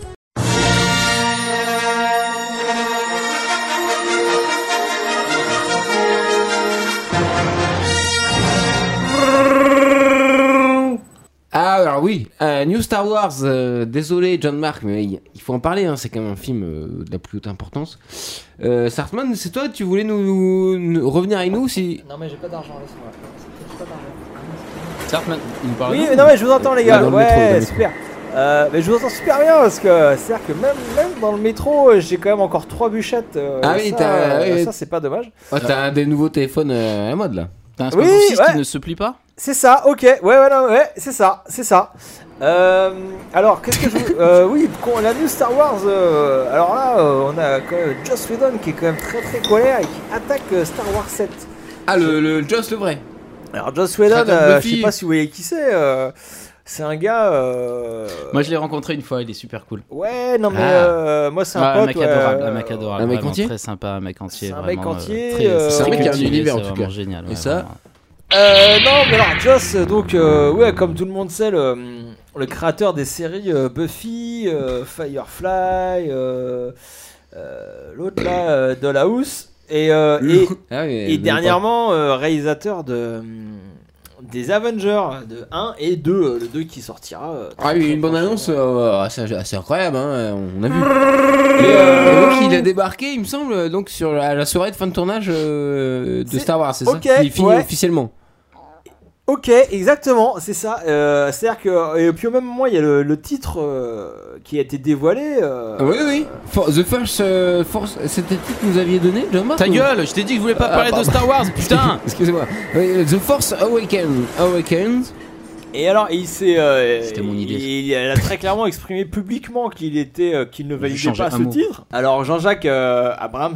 Speaker 2: Ah alors oui, euh, New Star Wars, euh, désolé John Mark, mais il il faut en parler, hein, c'est quand même un film euh, de la plus haute importance. Euh, Sartman, c'est toi, tu voulais nous, nous- nous- revenir avec nous si...
Speaker 4: Non mais j'ai pas d'argent, laisse-moi.
Speaker 3: Sartman, il nous parle.
Speaker 4: Oui, mais non mais je vous entends les gars.
Speaker 2: Ah Dans le
Speaker 4: ouais,
Speaker 2: métro, dans le métro.
Speaker 4: super. Euh, mais je vous entends super bien parce que c'est-à-dire que même, même dans le métro, euh, j'ai quand même encore trois bûchettes. euh,
Speaker 2: Ah oui,
Speaker 4: ça,
Speaker 2: t'as-
Speaker 4: euh,
Speaker 2: oui.
Speaker 4: ça c'est pas dommage.
Speaker 2: Oh, t'as un des nouveaux téléphones euh, à la mode là.
Speaker 3: T'as un
Speaker 4: Oui,
Speaker 3: Scorpion 6
Speaker 4: ouais.
Speaker 3: qui ne se plie pas
Speaker 4: C'est ça, ok, ouais, ouais, non, ouais, c'est ça, c'est ça. Euh, alors, qu'est-ce que je vous- euh, Oui, qu'on- la news Star Wars, euh, alors là, euh, on a quand même Joss Whedon qui est quand même très très colère et qui attaque euh, Star Wars 7.
Speaker 2: Ah le, le Joss le vrai.
Speaker 4: Alors, Joss Whedon,
Speaker 2: Traitons de
Speaker 4: euh, je
Speaker 2: Buffy.
Speaker 4: sais pas si vous voyez qui c'est, euh, c'est un gars. euh,
Speaker 3: Moi je l'ai rencontré une fois, il est super cool.
Speaker 4: Ouais, non, mais
Speaker 2: Ah.
Speaker 4: euh, moi, c'est un
Speaker 3: Ouais,
Speaker 4: pote.
Speaker 3: un mec
Speaker 4: ouais,
Speaker 3: adorable, un
Speaker 4: euh,
Speaker 3: mec adorable.
Speaker 2: un mec
Speaker 3: vraiment
Speaker 2: entier
Speaker 3: Très sympa, un mec entier.
Speaker 4: C'est un
Speaker 3: vraiment,
Speaker 4: mec entier,
Speaker 3: très-
Speaker 4: euh,
Speaker 3: très
Speaker 4: C'est un mec qui a un
Speaker 3: cultivé,
Speaker 2: univers,
Speaker 3: c'est
Speaker 2: en tout
Speaker 3: vraiment
Speaker 2: cas.
Speaker 3: génial.
Speaker 2: Et
Speaker 3: ouais,
Speaker 2: ça
Speaker 3: vraiment.
Speaker 4: Euh, non, mais alors Joss, donc, euh, ouais, comme tout le monde sait, le, le créateur des séries euh, Buffy, euh, Firefly, euh, euh, l'autre là, euh, Dollhouse, et, euh, et,
Speaker 2: Ah oui,
Speaker 4: et
Speaker 2: mais
Speaker 4: dernièrement euh, réalisateur de, hum, des Avengers, de 1 et 2, euh, le 2 qui sortira. euh,
Speaker 2: Ah
Speaker 4: très
Speaker 2: oui, une bonne
Speaker 4: prochainement.
Speaker 2: annonce, euh, assez, assez incroyable, hein, on a vu. Et, euh, donc il a débarqué, il me semble, euh, donc sur la, la soirée de fin de tournage euh, de
Speaker 4: C'est-
Speaker 2: Star Wars, c'est
Speaker 4: Ok,
Speaker 2: ça Il finit
Speaker 4: ouais.
Speaker 2: officiellement.
Speaker 4: Ok, exactement, c'est ça. euh, C'est-à-dire que, et puis au même moment, il y a le, le titre euh, qui a été dévoilé. euh,
Speaker 2: Ah oui, oui. For- the First euh, Force, c'était le titre que vous aviez donné, John Mark
Speaker 3: Ta
Speaker 2: ou-
Speaker 3: gueule, je t'ai dit que je voulais pas
Speaker 2: Ah,
Speaker 3: parler de
Speaker 2: pardon.
Speaker 3: Star Wars, putain
Speaker 2: Excusez-moi. Oui, euh, The Force Awakens. Awakens.
Speaker 4: Et alors, il s'est. euh,
Speaker 3: C'était mon idée.
Speaker 4: Il, il a très clairement exprimé publiquement qu'il était, euh, qu'il ne validait
Speaker 3: changer
Speaker 4: pas
Speaker 3: un
Speaker 4: ce
Speaker 3: mot.
Speaker 4: titre. Alors, Jean-Jacques euh, Abrams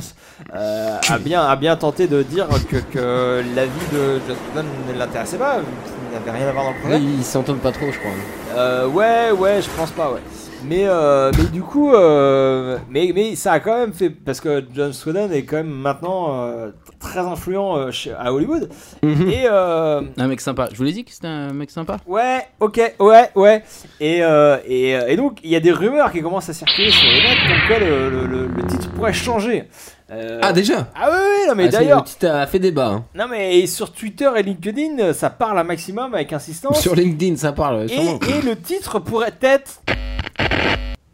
Speaker 4: euh, a bien, a bien tenté de dire que, que l'avis de Joss Whedon ne l'intéressait pas. vu qu'il n'avait rien à voir dans le projet.
Speaker 2: Ils s'entendent pas trop, je crois.
Speaker 4: Euh, ouais, ouais, je pense pas, ouais. Mais, euh, mais du coup, euh, mais, mais ça a quand même fait. Parce que John Sweden est quand même maintenant euh, très influent euh, chez- à Hollywood.
Speaker 2: Hmm. Mhm.
Speaker 4: Et. euh,
Speaker 3: Un mec sympa. Je vous l'ai dit que c'était un mec sympa.
Speaker 4: Ouais, ok, ouais, ouais. Et, euh, et, euh, et donc, il y a des rumeurs qui commencent à circuler sur les net comme quoi le, le- le- le titre pourrait changer. Euh,
Speaker 2: Ah, déjà
Speaker 4: ah oui, oui, non, mais
Speaker 2: Ah, c'est-
Speaker 4: d'ailleurs,
Speaker 2: Le titre a fait débat. hein.
Speaker 4: non, mais sur Twitter et LinkedIn, ça parle un maximum avec insistance.
Speaker 2: Sur LinkedIn, ça parle.
Speaker 4: et,
Speaker 2: sûrement.
Speaker 4: et le titre pourrait être.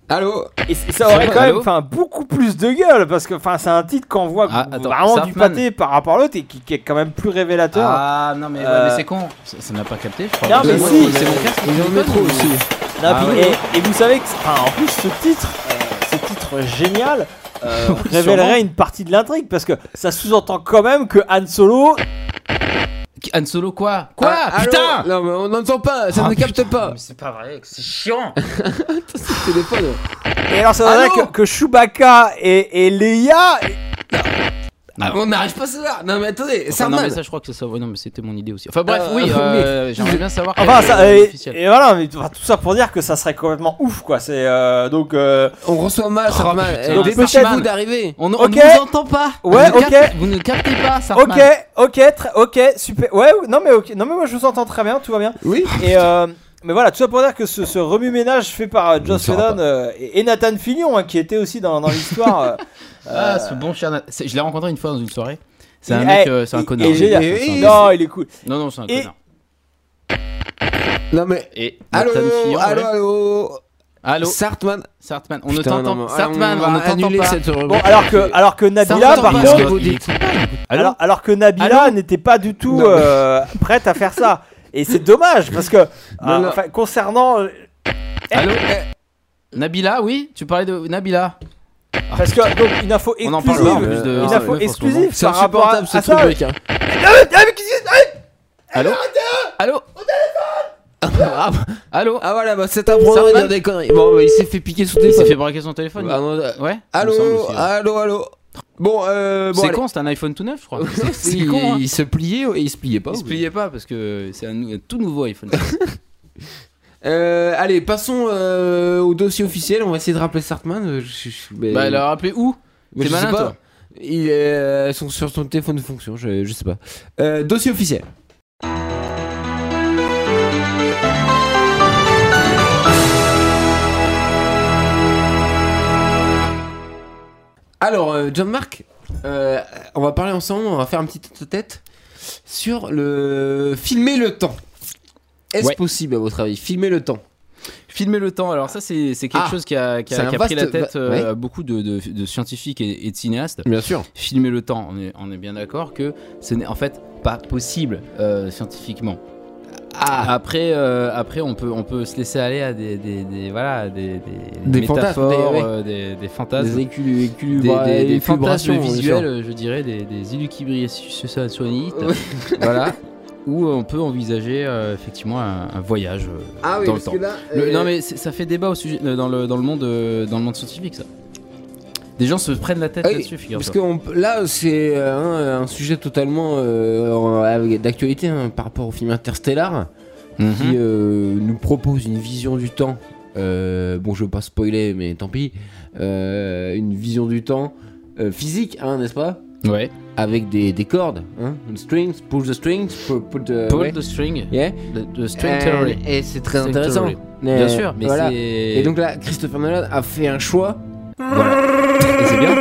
Speaker 2: Allô
Speaker 4: Et c- ça aurait
Speaker 3: Allô
Speaker 4: quand même enfin, beaucoup plus de gueule parce que enfin, c'est un titre qu'on voit
Speaker 3: Ah, attends,
Speaker 4: vraiment du
Speaker 3: Surfman.
Speaker 4: pâté par rapport à l'autre et qui, qui est quand même plus révélateur.
Speaker 3: Ah non mais, ouais,
Speaker 4: Euh,
Speaker 3: mais c'est con. Ça ça n'a pas capté. Je crois.
Speaker 4: Non,
Speaker 2: Euh,
Speaker 4: mais
Speaker 3: Moi,
Speaker 4: si.
Speaker 3: c'est mon casque.
Speaker 2: Ils ont le métro aussi.
Speaker 4: Non,
Speaker 3: Ah
Speaker 4: puis-
Speaker 3: ouais.
Speaker 4: et, et vous savez que, enfin, en plus, ce titre, euh, ce titre génial, euh, révélerait une partie de l'intrigue parce que ça sous-entend quand même que Han Solo.
Speaker 3: Qui- Han Solo quoi Quoi
Speaker 2: Ah, allô
Speaker 3: Putain
Speaker 2: Non, mais on n'entend pas, ça
Speaker 3: Ah,
Speaker 2: ne capte pas.
Speaker 3: Mais c'est pas vrai. C'est chiant.
Speaker 2: C'est le téléphone.
Speaker 4: Et alors, ça donnerait
Speaker 2: Allô
Speaker 4: que, que Chewbacca et, et Leia.
Speaker 2: On n'arrive pas à ça. Non, mais attendez,
Speaker 3: Enfin, Ah non
Speaker 2: Sarman.
Speaker 3: mais ça je crois que c'est ça. Ouais, non mais c'était mon idée aussi. Enfin bref,
Speaker 2: Euh,
Speaker 3: oui.
Speaker 2: oui.
Speaker 3: euh, J'aimerais bien savoir.
Speaker 4: Enfin,
Speaker 3: quel
Speaker 4: Ah, bah, ça,
Speaker 3: est
Speaker 4: et,
Speaker 3: l'officiel.
Speaker 4: et voilà, mais, enfin, tout ça pour dire que ça serait complètement ouf, quoi. C'est euh, donc. euh,
Speaker 2: On reçoit mal,
Speaker 3: Oh,
Speaker 2: Sarman.
Speaker 3: putain.
Speaker 2: Eh,
Speaker 3: Donc,
Speaker 2: Dépêchez-vous
Speaker 3: peut-être-
Speaker 2: d'arriver.
Speaker 3: On ne
Speaker 4: Ok.
Speaker 3: vous entend pas.
Speaker 4: Ouais,
Speaker 3: Vous ne
Speaker 4: ok.
Speaker 3: captez- Vous ne captez pas ça.
Speaker 4: Ok, ok, très- ok, super. Ouais, ou- non mais ok, non mais moi je vous entends très bien, tout va bien.
Speaker 2: Oui.
Speaker 4: Et euh, mais voilà, tout ça pour dire que ce, ce remue-ménage fait par euh, Joss
Speaker 2: saura
Speaker 4: Whedon euh, et et Nathan Fillion, hein, qui était aussi dans, dans l'histoire. euh,
Speaker 3: Ah,
Speaker 4: euh,
Speaker 3: ce bon chien. c'est- Je l'ai rencontré une fois dans une soirée. C'est un
Speaker 4: il-
Speaker 3: mec,
Speaker 4: eh,
Speaker 3: euh, c'est un
Speaker 4: il-
Speaker 3: connard.
Speaker 4: il est génial.
Speaker 3: C'est un connard.
Speaker 4: Non, il est cool.
Speaker 3: Non, non, c'est un
Speaker 4: Et-
Speaker 3: connard.
Speaker 2: Non, mais.
Speaker 3: Et
Speaker 2: Allô,
Speaker 3: Nathan Fillon,
Speaker 2: allô,
Speaker 3: ouais.
Speaker 2: allô,
Speaker 3: allô,
Speaker 2: Sartman.
Speaker 3: Sartman, on ne
Speaker 2: Putain, non,
Speaker 3: t'entend,
Speaker 2: mais-
Speaker 3: Sartman,
Speaker 2: va
Speaker 3: on ne t'entend
Speaker 2: annuler
Speaker 3: pas.
Speaker 2: cette rubrique.
Speaker 4: Bon, alors que alors que Eh,
Speaker 2: Ça
Speaker 4: Nabila,
Speaker 2: entend
Speaker 4: par
Speaker 2: pas,
Speaker 4: contre,
Speaker 2: parce que-
Speaker 3: il est- Allô,
Speaker 4: alors, alors que Nabila
Speaker 2: Allô
Speaker 4: n'était pas du tout
Speaker 2: Non.
Speaker 4: euh, prête à faire ça. Et c'est dommage parce que euh,
Speaker 2: non.
Speaker 4: enfin, concernant euh,
Speaker 3: allô,
Speaker 4: eh.
Speaker 3: Nabila, oui, tu parlais de Nabila.
Speaker 4: parce que donc une info
Speaker 3: On en parle
Speaker 4: exclusive.
Speaker 3: pas,
Speaker 2: exclusive.
Speaker 3: plus de.
Speaker 2: Ah,
Speaker 4: Une info
Speaker 3: ouais, forcément.
Speaker 4: exclusive
Speaker 2: C'est
Speaker 4: par rapport à,
Speaker 2: insupportable ce
Speaker 4: à ça. Ah,
Speaker 2: truc. hein.
Speaker 3: Allô, allô,
Speaker 2: Ah bah-
Speaker 3: allô.
Speaker 2: ah, voilà, bah, c'est un problème de
Speaker 3: Sartman
Speaker 2: dire des conneries. Bon, bah, il s'est fait piquer sous
Speaker 3: Il s'est
Speaker 2: téléphone.
Speaker 3: fait braquer son téléphone.
Speaker 2: Ah, non, euh,
Speaker 3: Ouais. il me semble
Speaker 2: Allô,
Speaker 3: aussi, ouais.
Speaker 2: allô, allô. Bon, euh, bon.
Speaker 3: hein. C'est
Speaker 2: allez.
Speaker 3: con, c'est un iPhone tout neuf, je crois. C'est- C'est
Speaker 2: il,
Speaker 3: con. hein.
Speaker 2: il se pliait et il se pliait pas.
Speaker 3: Il se pliait pas Bah, parce que c'est un nou- un tout nouveau iPhone.
Speaker 2: Euh, allez, passons euh, au dossier officiel. On va essayer de rappeler Sartman. Euh, je- je- mais-
Speaker 3: Bah, elle a rappelé où
Speaker 2: mais
Speaker 3: t'es
Speaker 2: je sais
Speaker 3: malin,
Speaker 2: pas.
Speaker 3: toi.
Speaker 2: Il est euh, son- sur son téléphone de fonction, je, je sais pas. Euh, dossier officiel. Alors, euh, Jean-Marc, euh, on va parler ensemble, on va faire un petit tête-à-tête sur le filmer le temps. Est-ce
Speaker 3: Ouais.
Speaker 2: possible à votre avis Filmer le temps.
Speaker 3: Filmer le temps, alors ça c'est c'est quelque
Speaker 2: Ah,
Speaker 3: chose qui a, qui a-
Speaker 2: c'est un
Speaker 3: qui a pris la
Speaker 2: vaste-
Speaker 3: tête
Speaker 2: va-
Speaker 3: euh,
Speaker 2: ouais.
Speaker 3: à beaucoup de, de- de scientifiques et- et de cinéastes.
Speaker 2: Bien sûr.
Speaker 3: filmer le temps, on est, on est bien d'accord que ce n'est en fait pas possible euh, scientifiquement.
Speaker 2: Ah,
Speaker 3: Après, euh, après on, peut, on peut se laisser aller à des, des, des- voilà, des, des-
Speaker 2: Des
Speaker 3: métaphores,
Speaker 2: fantasmes, des- ouais.
Speaker 3: euh, des, des
Speaker 2: des
Speaker 3: fantasmes,
Speaker 2: éculu- éculu-
Speaker 3: des, des-
Speaker 2: bah,
Speaker 3: des
Speaker 2: élucubrations,
Speaker 3: fantasmes
Speaker 2: bien sûr.
Speaker 3: visuels, euh, je dirais, des, des illucubrations soignites, voilà, où on peut envisager euh, effectivement un, un voyage euh,
Speaker 2: Ah oui,
Speaker 3: dans le
Speaker 2: parce
Speaker 3: temps.
Speaker 2: que là.
Speaker 3: Le-
Speaker 2: euh,
Speaker 3: Non mais c'est- ça fait débat au sujet, euh, dans, le, dans, le monde, euh, dans le monde scientifique, ça. Des gens se prennent la tête
Speaker 2: Ah oui,
Speaker 3: là-dessus,
Speaker 2: Parce
Speaker 3: figure-toi.
Speaker 2: que on peut- là, c'est euh, un, un sujet totalement euh, avec- d'actualité hein, par rapport au film Interstellar
Speaker 3: Mhm.
Speaker 2: qui euh, nous propose une vision du temps. euh, bon, je veux pas spoiler, mais tant pis. euh, une vision du temps euh, physique, hein, n'est-ce pas
Speaker 3: Ouais.
Speaker 2: Avec des, des cordes, hein, strings, pull the strings, pu- put the- euh,
Speaker 3: Paul
Speaker 2: ouais,
Speaker 3: the String,
Speaker 2: yeah. Euh,
Speaker 3: the, the String Theory.
Speaker 2: Et, et c'est très
Speaker 3: String
Speaker 2: intéressant.
Speaker 3: theory.
Speaker 2: Mais,
Speaker 3: Bien sûr, mais
Speaker 2: euh, voilà.
Speaker 3: c'est.
Speaker 2: Et donc là, Christopher Nolan a fait un choix
Speaker 3: Voilà. Et c'est bien.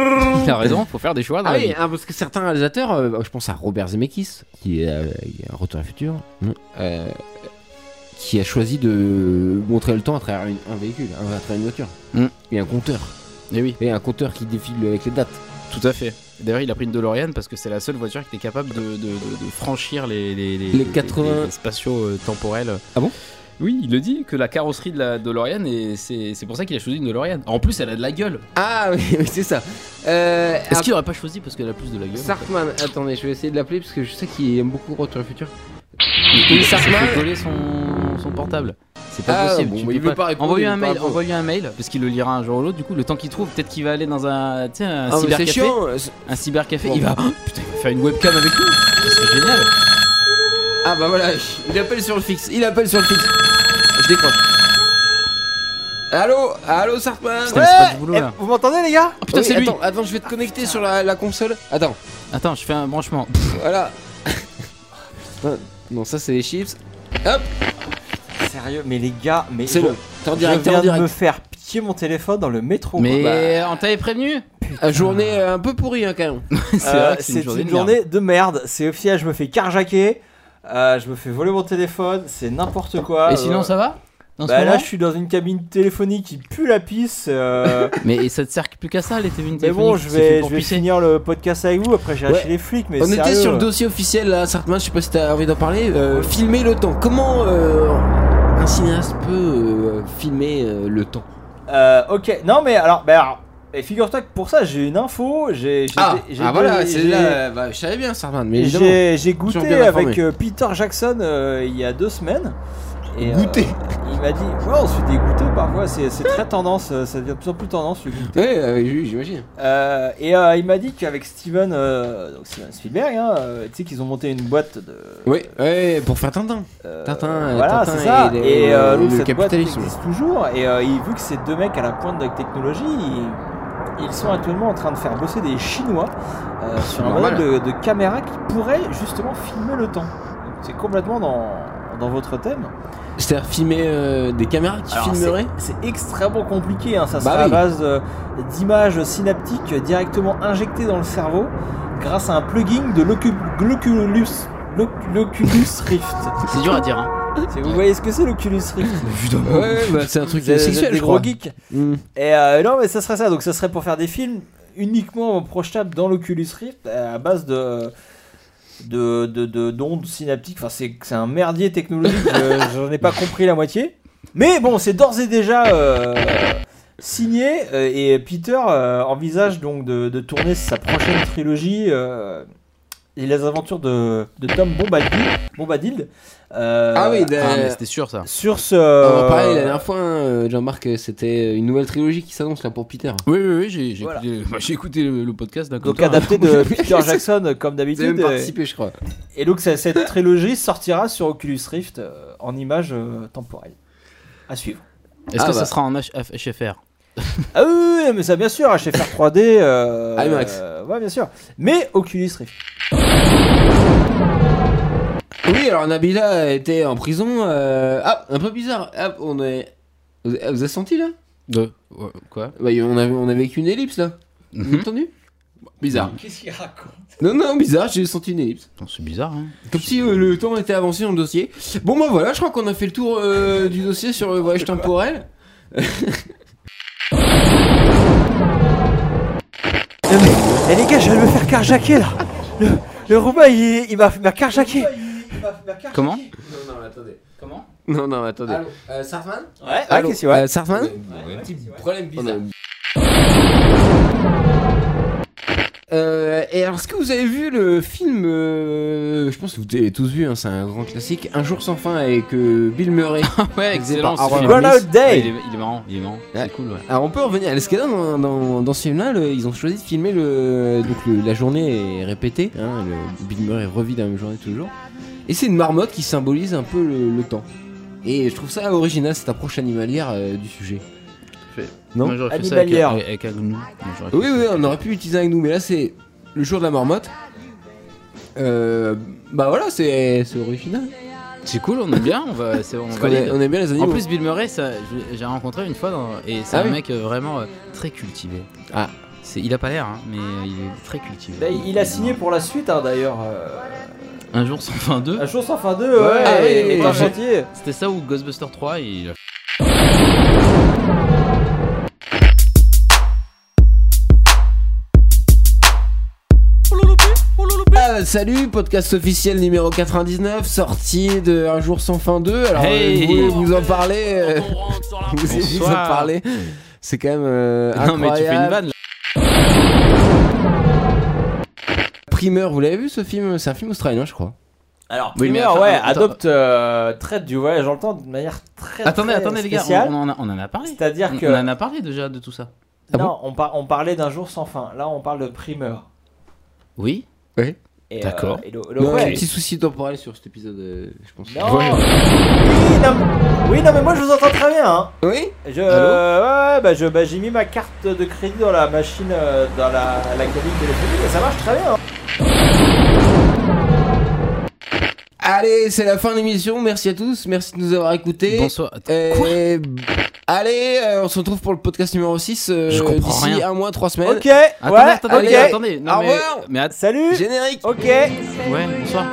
Speaker 3: Il a raison, faut faire des choix dans
Speaker 2: Ah
Speaker 3: la
Speaker 2: oui,
Speaker 3: vie.
Speaker 2: hein, parce que certains réalisateurs, euh, je pense à Robert Zemeckis, qui est euh, il y a un Retour à le futur, euh, qui a choisi de montrer le temps à travers une- un véhicule, hein, à travers une voiture,
Speaker 3: Mm.
Speaker 2: et un compteur,
Speaker 3: Et Eh oui,
Speaker 2: et un compteur qui défile avec les dates.
Speaker 3: tout à fait. D'ailleurs, il a pris une DeLorean parce que c'est la seule voiture qui était capable de, de- de- de franchir les, les, les,
Speaker 2: Les 80.
Speaker 3: les spatiaux euh, temporels.
Speaker 2: Ah bon
Speaker 3: Oui, il le dit que la carrosserie de la DeLorean, et c'est c'est pour ça qu'il a choisi une DeLorean. En plus, elle a de la gueule.
Speaker 2: Ah oui, oui, c'est ça. Euh,
Speaker 3: Est-ce qu'il aurait pas choisi parce qu'elle a plus de la gueule
Speaker 2: Sartman, attendez, je vais essayer de l'appeler parce que je sais qu'il aime beaucoup Retour à le futur.
Speaker 3: Il s'est
Speaker 2: Sartman.
Speaker 3: fait coller son, son portable. C'est pas
Speaker 2: Ah,
Speaker 3: possible.
Speaker 2: bon,
Speaker 3: tu
Speaker 2: bah,
Speaker 3: peux
Speaker 2: il veut pas répondre,
Speaker 3: Envoie-lui
Speaker 2: il
Speaker 3: un
Speaker 2: veut pas
Speaker 3: mail,
Speaker 2: répondre.
Speaker 3: envoie-lui un mail, parce qu'il le lira un jour ou l'autre. Du coup, le temps qu'il trouve, peut-être qu'il va aller dans un, tu sais, un
Speaker 2: Ah, mais c'est
Speaker 3: cybercafé.
Speaker 2: chiant. euh, c'est-
Speaker 3: Un cybercafé.
Speaker 2: Bon.
Speaker 3: Il va, oh, putain, il va faire une webcam avec nous. Ce serait génial.
Speaker 2: Ah bah voilà, il appelle sur le fixe, il appelle sur le fixe. Je décroche. Allô Allô Sartman
Speaker 3: Putain, mais c'est pas du boulot,
Speaker 4: eh,
Speaker 3: là.
Speaker 4: vous m'entendez, les gars
Speaker 3: Oh putain,
Speaker 2: Oui,
Speaker 3: c'est lui
Speaker 2: Attends, attends, je vais te connecter sur la, la console. Attends,
Speaker 3: Attends, je fais un branchement.
Speaker 2: voilà. Putain, non, ça c'est les chips. Hop,
Speaker 4: Sérieux, mais les gars, mais
Speaker 2: c'est
Speaker 4: je,
Speaker 2: bon. T'es en
Speaker 4: je
Speaker 2: direct, t'es
Speaker 4: viens
Speaker 2: en
Speaker 4: de me
Speaker 2: direct.
Speaker 4: faire piquer mon téléphone dans le métro.
Speaker 3: Mais
Speaker 4: quoi. Bah,
Speaker 3: on t'avait prévenu
Speaker 2: Euh, Journée euh, un peu pourrie, hein, quand même.
Speaker 3: C'est
Speaker 4: euh,
Speaker 3: vrai que
Speaker 4: c'est une journée,
Speaker 3: de
Speaker 4: de merde. C'est officiel, je me fais carjacker, euh, je me fais voler mon téléphone, c'est n'importe quoi.
Speaker 3: merde. Et
Speaker 4: euh,
Speaker 3: sinon, ça va Dans ce
Speaker 4: bah, là,
Speaker 3: moment
Speaker 4: je suis dans une cabine téléphonique qui pue la pisse. euh,
Speaker 3: Mais ça te sert plus qu'à ça, les téléphoniques.
Speaker 4: mais bon, je
Speaker 3: c'est fait
Speaker 4: vais,
Speaker 3: pour
Speaker 4: je vais
Speaker 3: pisser.
Speaker 4: finir le podcast avec vous. Après, j'ai
Speaker 2: Ouais.
Speaker 4: lâché les flics. Mais
Speaker 2: On était
Speaker 4: sérieux, euh.
Speaker 2: sur le dossier officiel là, Sartman, je sais pas si t'as envie d'en parler. Euh, filmer le temps. Comment euh, un cinéaste peut euh, filmer euh, le temps
Speaker 4: Euh, ok, non mais alors, bah, alors, et figure-toi que pour ça j'ai une info, j'ai j'ai-
Speaker 3: Ah,
Speaker 2: Ah,
Speaker 4: j'ai- j'ai-
Speaker 2: Bah, je savais bien Sartman, mais évidemment.
Speaker 4: j'ai j'ai
Speaker 2: Tu
Speaker 4: goûté
Speaker 2: en es bien informé.
Speaker 4: avec euh, Peter Jackson euh, il y a deux semaines. Et, euh,
Speaker 2: Goûté
Speaker 4: Il m'a dit, ouais, on se fait dégoûter parfois, c'est c'est très tendance, euh, ça devient de plus en plus tendance le goût.
Speaker 2: Ouais, euh, oui, j'imagine.
Speaker 4: Euh, et euh, il m'a dit qu'avec Steven, euh, donc Steven Spielberg, hein, euh, tu sais qu'ils ont monté une boîte de.
Speaker 2: Oui, ouais, pour faire Tintin.
Speaker 4: euh,
Speaker 2: Tintin, euh,
Speaker 4: voilà,
Speaker 2: Tintin
Speaker 4: c'est ça.
Speaker 2: et
Speaker 4: Et,
Speaker 2: les-
Speaker 4: euh,
Speaker 2: le
Speaker 4: donc, cette boîte
Speaker 2: capitalisme.
Speaker 4: existe toujours. Et euh, il- vu que ces deux mecs à la pointe de la technologie, ils, ils sont actuellement en train de faire bosser des Chinois euh, sur un
Speaker 2: normal.
Speaker 4: modèle de, de caméra qui pourrait justement filmer le temps. Donc, C'est complètement dans, dans votre thème.
Speaker 2: C'est-à-dire filmer euh, des caméras qui
Speaker 4: Alors,
Speaker 2: filmeraient
Speaker 4: c'est c'est extrêmement compliqué. hein. Ça
Speaker 2: Bah
Speaker 4: sera
Speaker 2: oui.
Speaker 4: à base euh, d'images synaptiques directement injectées dans le cerveau grâce à un plugin de l'Ocu- l'Oculus. l'Oc- L'Oculus Rift.
Speaker 3: C'est dur à dire. Hein.
Speaker 4: Si Vous voyez ce que c'est l'Oculus Rift
Speaker 2: Ouais, ouais, bah, c'est un truc
Speaker 4: Vous êtes- vous êtes
Speaker 2: sexuel,
Speaker 4: des
Speaker 2: je
Speaker 4: gros
Speaker 2: crois.
Speaker 4: geeks.
Speaker 2: Hmm.
Speaker 4: Et euh, non, mais ça serait ça. Donc, ça serait pour faire des films uniquement projetables dans l'Oculus Rift euh, à base de de de- de- d'ondes synaptiques. Enfin, c'est c'est un merdier technologique. je- J'en ai pas compris la moitié. Mais bon, c'est d'ores et déjà euh, signé euh, et Peter euh, envisage donc de, de tourner sa prochaine trilogie. euh, et les aventures de, de Tom Bombadil, Bombadil euh,
Speaker 2: Ah oui,
Speaker 3: Ah, mais
Speaker 2: d'ailleurs.
Speaker 3: c'était sûr, ça.
Speaker 4: sur ce.
Speaker 2: Ah, On en parlait la dernière fois, hein, euh, Jean-Marc, euh, c'était une nouvelle trilogie qui s'annonce là pour Peter.
Speaker 3: Oui, oui, oui, j'ai j'ai
Speaker 4: Voilà.
Speaker 3: écouté, bah, j'ai écouté le, le podcast d'un hein.
Speaker 4: donc adapté de Peter Jackson euh, comme
Speaker 2: hein. Vous avez
Speaker 4: d'habitude.
Speaker 2: même participé, je crois.
Speaker 4: Et donc ça- cette trilogie sortira sur Oculus Rift euh, en images euh, temporelles. À suivre.
Speaker 3: Est-ce
Speaker 2: Ah,
Speaker 3: que
Speaker 2: bah.
Speaker 3: ça sera en HF HFR
Speaker 4: Ah oui, oui, oui, mais ça bien sûr, HFR 3D. Euh,
Speaker 2: IMAX.
Speaker 4: euh, ouais, bien sûr. Mais Oculus Rift.
Speaker 2: Oui, alors Nabila était en prison. euh, Ah, un peu bizarre. Ah, on est. Vous ah, vous avez senti là
Speaker 3: De. ouais, Quoi
Speaker 2: Bah, on a, on a vécu une ellipse là. Vous avez
Speaker 3: Mhm.
Speaker 2: entendu Bizarre.
Speaker 4: Qu'est-ce qu'il raconte
Speaker 2: Non, non, bizarre, j'ai senti une ellipse.
Speaker 3: Putain, C'est bizarre, hein.
Speaker 2: Comme si euh, le temps était avancé dans le dossier. Bon, bah voilà, je crois qu'on a fait le tour euh, du dossier sur le voyage temporel.
Speaker 4: Eh les gars, je vais me faire carjacker là. Le, le roumain, il, il m'a il m'a carjacké.
Speaker 3: Comment
Speaker 2: Non, non, attendez.
Speaker 3: Comment
Speaker 2: Non, non, attendez. Allô, euh, Sarfman
Speaker 4: Ouais,
Speaker 2: Allô,
Speaker 4: Ah, qu'est-ce qu'il y a
Speaker 2: euh, Sarfman
Speaker 4: Ouais, Oh,
Speaker 2: Petit
Speaker 4: ouais.
Speaker 2: problème bizarre. Euh, et alors, est-ce que vous avez vu le film euh, Je pense que vous l'avez tous vu, hein, c'est un grand classique. Un jour sans fin avec euh, Bill Murray.
Speaker 3: Ouais,
Speaker 2: Réalisé
Speaker 3: excellent.
Speaker 2: par
Speaker 3: ce film.
Speaker 2: Aaron
Speaker 4: Burnout
Speaker 2: Smith.
Speaker 3: Ouais, il,
Speaker 4: Day.
Speaker 3: est, il est marrant, il est marrant.
Speaker 2: Ouais.
Speaker 3: C'est cool, Ah, ouais.
Speaker 2: Alors on peut revenir à ce qu'il y a dans, dans, dans ce film-là, le- ils ont choisi de filmer le, donc le- la journée est répétée, hein, le, Bill Murray revit la même journée tous les jours, et c'est une marmotte qui symbolise un peu le, le temps. Et je trouve ça original cette approche animalière euh, du sujet. Non.
Speaker 3: Moi, j'aurais fait ça
Speaker 4: Animalière.
Speaker 3: avec- avec Agnew. Moi, j'aurais fait
Speaker 2: Oui,
Speaker 3: ça.
Speaker 2: oui, on aurait pu l'utiliser avec nous, mais là c'est le jour de la marmotte. Euh, bah voilà, c'est c'est original.
Speaker 3: C'est cool, on aime bien, on va, c'est, on
Speaker 2: Parce qu'on
Speaker 3: valide.
Speaker 2: est- on aime bien les animaux.
Speaker 3: En plus, Bill Murray, ça, je- j'ai rencontré une fois, dans- et c'est
Speaker 2: Ah
Speaker 3: un
Speaker 2: oui.
Speaker 3: mec euh, vraiment euh, très cultivé.
Speaker 2: Ah.
Speaker 3: C'est, il a pas l'air, hein, mais euh, il est très cultivé. euh,
Speaker 4: Bah, il a signé pour la suite hein, d'ailleurs. euh,
Speaker 3: Un jour sans fin 2,
Speaker 4: un jour sans fin 2, ouais,
Speaker 2: Ah oui,
Speaker 4: et-
Speaker 2: oui,
Speaker 4: et
Speaker 2: oui,
Speaker 4: un
Speaker 2: oui.
Speaker 4: chantier.
Speaker 3: c'était ça ou Ghostbuster 3, et il a-
Speaker 2: Ah, salut, podcast officiel numéro 99, sorti de Un jour sans fin 2. Alors,
Speaker 3: Hey.
Speaker 2: euh, vous, vous en parlez, euh, vous, vous en
Speaker 3: Bonsoir.
Speaker 2: parlez. C'est quand même euh,
Speaker 3: Non, mais tu fais une
Speaker 2: incroyable.
Speaker 3: vanne là.
Speaker 2: Primeur, vous l'avez vu ce film C'est un film australien, je crois.
Speaker 4: Alors,
Speaker 3: Oui, mais
Speaker 4: Primer,
Speaker 3: attends,
Speaker 4: ouais,
Speaker 3: attends.
Speaker 4: adopte, euh, traite du voyage dans le temps de manière très.
Speaker 3: Attendez,
Speaker 4: très
Speaker 3: attendez les gars,
Speaker 4: spéciale.
Speaker 3: on, on en a, on en a parlé.
Speaker 4: C'est-à-dire
Speaker 3: On,
Speaker 4: que.
Speaker 3: on en a parlé déjà de tout ça.
Speaker 2: Ah
Speaker 4: non, on, par- on parlait d'un jour sans fin. Là, on parle de Primer.
Speaker 3: Oui
Speaker 2: Oui.
Speaker 4: Et,
Speaker 3: D'accord.
Speaker 4: euh, et le- le-
Speaker 2: Non,
Speaker 4: ouais.
Speaker 2: Un petit souci temporel sur cet épisode, euh, je pense.
Speaker 4: Non.
Speaker 3: Ouais.
Speaker 4: Oui, non, mais- oui, non, mais moi je vous entends très bien. hein.
Speaker 2: Oui
Speaker 4: Je,
Speaker 3: Allô
Speaker 4: ouais, ouais, bah, je- bah, j'ai mis ma carte de crédit dans la machine, euh, dans la, la cabine téléphonique et ça marche très bien. hein.
Speaker 2: Allez, c'est la fin de l'émission. Merci à tous. Merci de nous avoir écoutés.
Speaker 3: Bonsoir.
Speaker 2: Euh, allez, euh, on se retrouve pour le podcast numéro 6 euh,
Speaker 3: Je comprends
Speaker 2: d'ici
Speaker 3: rien.
Speaker 2: un mois, trois semaines.
Speaker 4: Ok, ouais,
Speaker 3: Attendez, attendez,
Speaker 4: ok.
Speaker 3: attendez. Non,
Speaker 2: Au
Speaker 3: mais,
Speaker 2: revoir.
Speaker 3: mais att-
Speaker 4: Salut,
Speaker 2: Générique.
Speaker 3: Oh.
Speaker 4: ok.
Speaker 3: Ouais, bonsoir.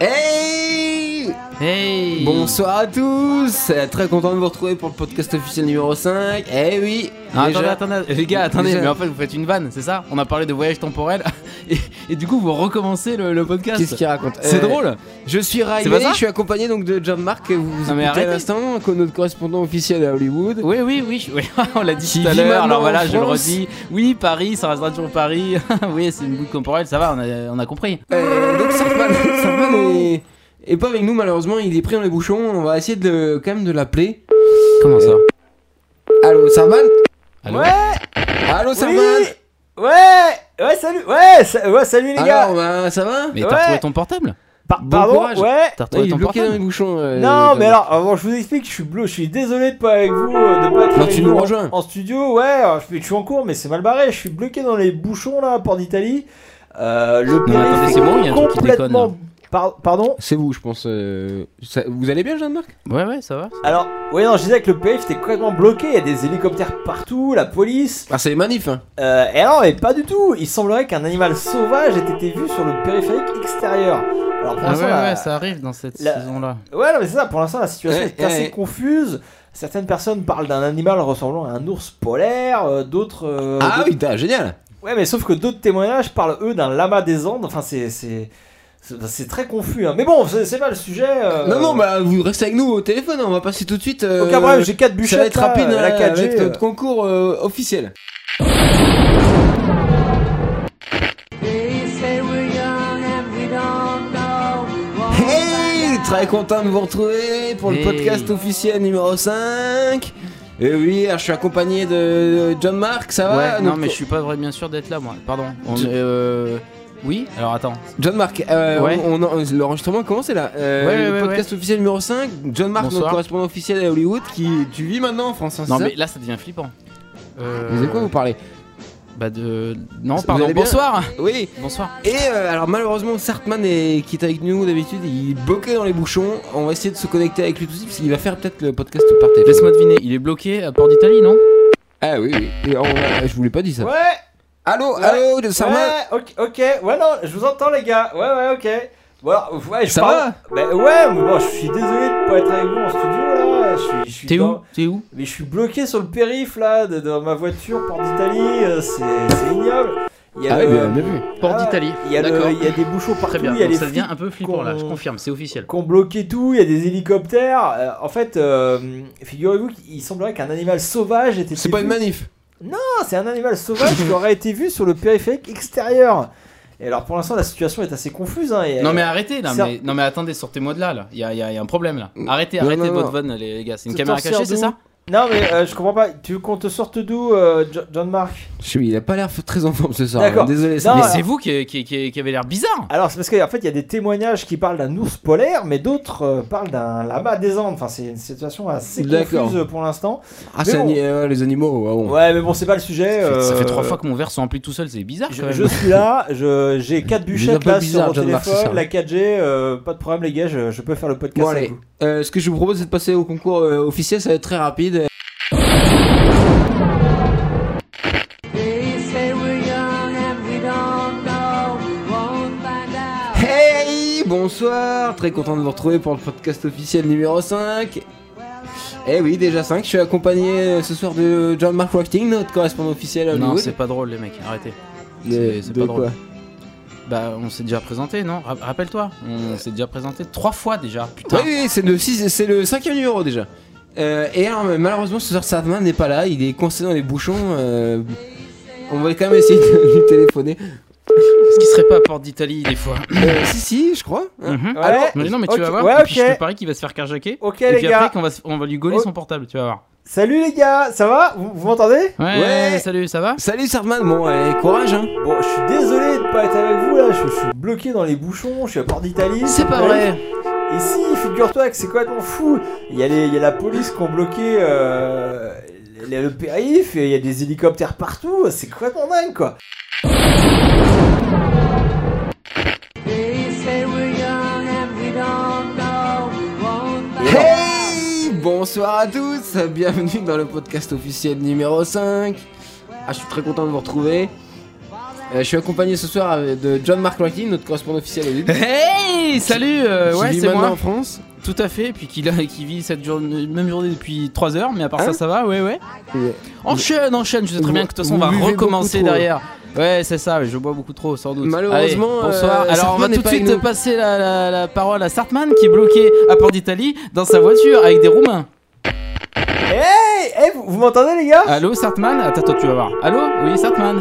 Speaker 2: Hey
Speaker 3: Hey
Speaker 2: Bonsoir à tous. Euh, Très content de vous retrouver pour le podcast officiel numéro 5. Eh oui.
Speaker 3: Ah,
Speaker 2: déjà.
Speaker 3: attendez, attendez, les gars, attendez,
Speaker 2: Déjà.
Speaker 3: mais en fait vous faites une vanne, c'est ça On a parlé de voyage temporel et, et du coup vous recommencez le, le podcast.
Speaker 2: Qu'est-ce qu'il raconte
Speaker 3: C'est
Speaker 2: Euh,
Speaker 3: drôle
Speaker 2: Je suis
Speaker 3: C'est pas
Speaker 2: Riley,
Speaker 3: ça
Speaker 2: je suis accompagné donc de John Mark que vous
Speaker 3: Non,
Speaker 2: écoutez
Speaker 3: mais
Speaker 2: à
Speaker 3: arrêtez.
Speaker 2: l'instant, co- notre correspondant officiel à Hollywood.
Speaker 3: Oui, oui, oui, je- oui, on l'a dit
Speaker 2: Qui
Speaker 3: tout à
Speaker 2: vit
Speaker 3: l'heure,
Speaker 2: maintenant
Speaker 3: alors voilà,
Speaker 2: en
Speaker 3: je le
Speaker 2: France.
Speaker 3: redis. Oui, Paris, ça restera toujours Paris. oui, c'est une boucle temporelle, ça va, on a, on a compris.
Speaker 2: Euh, donc Surfman, Surfman est, est pas avec nous malheureusement, il est pris dans les bouchons, on va essayer de le- quand même de l'appeler.
Speaker 3: Comment ça
Speaker 2: Allô Sarman
Speaker 3: Allô
Speaker 4: Ouais,
Speaker 2: Allô
Speaker 4: oui,
Speaker 2: Sarman
Speaker 4: ouais, ouais, salut, ouais, sa- ouais, salut les gars.
Speaker 2: Alors bah, ça va
Speaker 3: Mais t'as
Speaker 4: Ouais.
Speaker 3: retrouvé ton portable
Speaker 4: Par-
Speaker 2: bon
Speaker 4: pardon,
Speaker 2: courage.
Speaker 4: ouais.
Speaker 2: Ouais,
Speaker 3: T'as retrouvé
Speaker 2: Il est
Speaker 3: ton
Speaker 2: bloqué dans les
Speaker 3: portable
Speaker 2: bouchons. euh,
Speaker 4: Non,
Speaker 2: John
Speaker 4: mais
Speaker 2: Mark.
Speaker 4: alors, avant, je vous explique, je suis bleu, je suis désolé de pas avec vous, euh, de pas être
Speaker 2: Non,
Speaker 4: avec
Speaker 2: tu
Speaker 4: vous
Speaker 2: nous
Speaker 4: en-
Speaker 2: rejoins.
Speaker 4: en studio. Ouais, je suis- je suis en cours, mais c'est mal barré. Je suis bloqué dans les bouchons là, port d'Italie. Euh, le
Speaker 3: mais attendez,
Speaker 4: périph'
Speaker 3: c'est bon, il y a un truc qui
Speaker 4: complètement-
Speaker 3: déconne,
Speaker 4: Par- Pardon
Speaker 2: C'est vous, je pense. euh, ça- vous allez bien, Jeanne-Marc
Speaker 3: Ouais, ouais, ça va.
Speaker 4: Alors, ouais, non, je disais que le périph' était complètement bloqué. Il y a des hélicoptères partout, la police.
Speaker 2: Ah, c'est les manifs, hein
Speaker 4: Euh, et non, mais pas du tout. Il semblerait qu'un animal sauvage ait été vu sur le périphérique extérieur. Alors, pour
Speaker 3: Ah ouais,
Speaker 4: l'instant, la-
Speaker 3: ouais, ça arrive dans cette
Speaker 4: la-
Speaker 3: saison-là.
Speaker 4: Ouais, non, mais c'est ça, pour l'instant, la situation
Speaker 2: Ouais,
Speaker 4: est assez
Speaker 2: ouais.
Speaker 4: confuse. Certaines personnes parlent d'un animal ressemblant à un ours polaire, euh, d'autres. euh,
Speaker 2: Ah
Speaker 4: d'autres-
Speaker 2: oui, t'as- génial
Speaker 4: Ouais, mais sauf que d'autres témoignages parlent, eux, d'un lama des Andes. Enfin, c'est. C'est c'est- c'est très confus. hein. Mais bon, c'est c'est pas le sujet. euh,
Speaker 2: Non, non, bah vous restez avec nous au téléphone, on va passer tout de suite. euh,
Speaker 4: Aucun problème, j'ai 4
Speaker 2: ça
Speaker 4: bûchettes.
Speaker 2: va être
Speaker 4: là,
Speaker 2: rapide,
Speaker 4: euh,
Speaker 2: hein,
Speaker 4: la 4G.
Speaker 2: avec
Speaker 4: euh.
Speaker 2: notre concours euh, officiel. Hey, très content de vous retrouver pour le
Speaker 3: Hey.
Speaker 2: podcast officiel numéro 5. Et oui, alors, je suis accompagné de John Mark,
Speaker 4: Ah,
Speaker 2: ça va
Speaker 3: ouais, non,
Speaker 2: notre-
Speaker 3: mais je suis pas bien sûr d'être là, moi. Pardon. On
Speaker 2: Tu-
Speaker 3: est, euh, Oui Alors attends.
Speaker 2: John Mark, euh,
Speaker 3: Ouais.
Speaker 2: on, on- l'enregistrement commence là. Euh,
Speaker 3: Ouais,
Speaker 2: le
Speaker 3: ouais,
Speaker 2: podcast officiel numéro 5, John Mark, notre
Speaker 3: Bonsoir.
Speaker 2: correspondant officiel à Hollywood, qui tu vis maintenant en France. hein,
Speaker 3: Non,
Speaker 2: c'est ça
Speaker 3: mais là, ça devient flippant. Euh,
Speaker 2: Vous de quoi vous parlez
Speaker 3: Bah de. Non,
Speaker 2: Vous
Speaker 3: pardon.
Speaker 2: allez bien
Speaker 3: Bonsoir
Speaker 2: Oui.
Speaker 3: Bonsoir.
Speaker 2: Et euh, alors malheureusement Sartman est, qui est avec nous d'habitude, il est bloqué dans les bouchons. On va essayer de se connecter avec lui tout de suite parce qu'il va faire peut-être le podcast par téléphone.
Speaker 3: Laisse-moi deviner, il est bloqué à Port d'Italie, non
Speaker 2: Ah oui, oui. Et on va- je voulais pas dire ça.
Speaker 4: Ouais,
Speaker 2: Allô,
Speaker 4: Ouais.
Speaker 2: allô, Sartman.
Speaker 4: ouais, ok, ok. Ouais, non, je vous entends, les gars. Ouais, ouais, ok. Voilà, ouais, je
Speaker 2: Ça
Speaker 4: parle. Bah, ouais, mais bon, je suis désolé de pas être avec vous en studio là. Je suis- je suis
Speaker 3: T'es
Speaker 4: dans-
Speaker 3: où T'es où
Speaker 4: Mais je suis bloqué sur le périph là, de, dans ma voiture, Port d'Italie, euh, c'est c'est ignoble. Il y a,
Speaker 2: Ah oui,
Speaker 4: le-
Speaker 2: bien, bien vu.
Speaker 3: Port
Speaker 4: Ah,
Speaker 3: d'Italie.
Speaker 4: il y a le-
Speaker 3: D'accord.
Speaker 4: il y a des bouchons partout,
Speaker 3: Très bien.
Speaker 4: il y a
Speaker 3: Donc
Speaker 4: les
Speaker 3: ça devient
Speaker 4: flics
Speaker 3: un peu flippant là, je
Speaker 4: qu'on-
Speaker 3: confirme, c'est officiel.
Speaker 4: qui ont bloqué tout, il y a des hélicoptères. Euh, en fait, euh, figurez-vous qu'il semblerait qu'un animal sauvage était.
Speaker 2: C'est pas
Speaker 4: vu-
Speaker 2: une manif.
Speaker 4: Non, c'est un animal sauvage qui aurait été vu sur le périphérique extérieur. Et alors pour l'instant, la situation est assez confuse. hein, et-
Speaker 3: Non mais arrêtez là,
Speaker 4: ça-
Speaker 3: mais, non mais attendez, sortez-moi de là là, il y a, y a- y a un problème là. Arrêtez,
Speaker 2: Non,
Speaker 3: arrêtez
Speaker 2: non,
Speaker 3: votre
Speaker 2: non.
Speaker 3: vanne les gars, c'est une
Speaker 4: Tout
Speaker 3: caméra
Speaker 4: en
Speaker 3: cachée, c'est
Speaker 4: d'où
Speaker 3: ça
Speaker 4: Non, mais euh, je comprends pas. Tu veux qu'on te sorte d'où, euh, Jo- John Mark
Speaker 2: Je sais, il a pas l'air très en forme ce soir. hein.
Speaker 4: D'accord.
Speaker 2: Désolé.
Speaker 4: Non,
Speaker 2: Sartman.
Speaker 3: Mais
Speaker 4: alors-
Speaker 3: c'est vous qui, qui, qui, qui avez l'air bizarre
Speaker 4: Alors, c'est parce qu'en fait, il y a des témoignages qui parlent d'un ours polaire, mais d'autres euh, parlent d'un lama des Andes. Enfin, c'est une situation assez
Speaker 2: D'accord.
Speaker 4: confuse euh, pour l'instant.
Speaker 2: Ah, c'est
Speaker 4: mais bon.
Speaker 2: ani- euh, les animaux. ah bon.
Speaker 4: Ouais, mais bon, c'est pas le sujet.
Speaker 3: Ça fait- Ça
Speaker 4: euh,
Speaker 3: fait trois fois que mon verre se remplit tout seul, c'est bizarre quand
Speaker 4: Je,
Speaker 3: même.
Speaker 4: je suis là, je- j'ai quatre
Speaker 2: un
Speaker 4: bûchettes
Speaker 2: peu
Speaker 4: là
Speaker 2: bizarre,
Speaker 4: sur
Speaker 2: John
Speaker 4: mon
Speaker 2: Mark, c'est ça.
Speaker 3: hein.
Speaker 4: téléphone, la 4G, euh, pas de problème les gars, je, je peux faire le podcast
Speaker 2: Bon
Speaker 4: avec
Speaker 2: allez,
Speaker 4: vous.
Speaker 2: euh, ce que je vous propose c'est de passer au concours euh, officiel, ça va être très rapide. Hey, bonsoir, très content de vous retrouver pour le podcast officiel numéro 5. Eh oui, déjà 5, je suis accompagné euh, ce soir de John Mark Wachting, notre correspondant officiel à
Speaker 3: Non,
Speaker 2: Hollywood.
Speaker 3: c'est pas drôle les mecs, arrêtez.
Speaker 2: De-
Speaker 3: c'est- c'est
Speaker 2: de
Speaker 3: pas drôle.
Speaker 2: quoi
Speaker 3: Bah on s'est déjà présenté, non Ra- Rappelle-toi, on
Speaker 4: Euh.
Speaker 3: s'est déjà présenté trois fois déjà, putain.
Speaker 2: Oui, oui, c'est le, six- c'est le cinquième numéro déjà. Euh, et alors, malheureusement, ce soir, Sardin n'est pas là, il est coincé dans les bouchons. euh, on va quand même essayer de lui téléphoner.
Speaker 3: Est-ce qu'il serait pas à Port d'Italie des fois
Speaker 2: Euh, si, si, je crois. hein.
Speaker 3: Mhm.
Speaker 4: Ouais,
Speaker 2: Alors,
Speaker 3: Mais non mais tu
Speaker 4: Ah. ok,
Speaker 3: vas voir,
Speaker 4: ouais,
Speaker 3: et puis je
Speaker 4: ok.
Speaker 3: te parie qu'il va se faire carjacker.
Speaker 4: Ok
Speaker 3: Et
Speaker 4: les
Speaker 3: puis après
Speaker 4: gars,
Speaker 3: qu'on va, se- on va lui gauler
Speaker 4: Oh.
Speaker 3: son portable, tu vas voir.
Speaker 4: Salut les gars, ça va Vous, vous m'entendez
Speaker 3: Ouais,
Speaker 2: Ouais.
Speaker 3: salut, ça va
Speaker 2: Salut Sartman, bon, allez, courage, hein.
Speaker 4: Bon, je suis désolé de pas être avec vous là, je, je suis bloqué dans les bouchons, je suis à Port d'Italie.
Speaker 2: C'est pas vrai.
Speaker 4: Et si, figure-toi que c'est complètement fou. Il y, a les- il y a la police qui ont bloqué euh, le, le périph, et il y a des hélicoptères partout, c'est complètement dingue quoi.
Speaker 1: They say we're young and we don't know. Won't buy
Speaker 2: Hey Bonsoir à tous, bienvenue dans le podcast officiel numéro 5. Ah, je suis très content de vous retrouver. Euh, je suis accompagné ce soir avec- de John Mark Macklin, notre correspondant officiel à l'île,
Speaker 3: Hey, salut, euh,
Speaker 2: qui
Speaker 3: ouais,
Speaker 2: vit
Speaker 3: c'est
Speaker 2: maintenant
Speaker 3: moi.
Speaker 2: en France.
Speaker 3: Tout à fait, puis qui, qui vit cette journée- même journée depuis 3 heures, mais à part
Speaker 2: Hein
Speaker 3: ça, ça va, ouais, ouais.
Speaker 2: Et-
Speaker 3: Enchaîne, enchaîne, je sais très
Speaker 2: Vous-
Speaker 3: bien que de toute façon, on
Speaker 2: vous
Speaker 3: va
Speaker 2: buvez
Speaker 3: recommencer
Speaker 2: beaucoup trop.
Speaker 3: derrière. Ouais, c'est ça, je bois beaucoup trop, sans doute.
Speaker 2: Malheureusement,
Speaker 3: Allez, bonsoir.
Speaker 2: euh,
Speaker 3: Alors, on
Speaker 2: Sartman
Speaker 3: va tout de
Speaker 2: n'est pas
Speaker 3: suite
Speaker 2: avec nous.
Speaker 3: passer la, la- la parole à Sartman qui est bloqué à Port d'Italie dans sa voiture avec des Roumains.
Speaker 4: Hey, hey, vous, vous m'entendez les gars
Speaker 3: Allô, Sartman Attends, toi, tu vas voir. Allô Oui, Sartman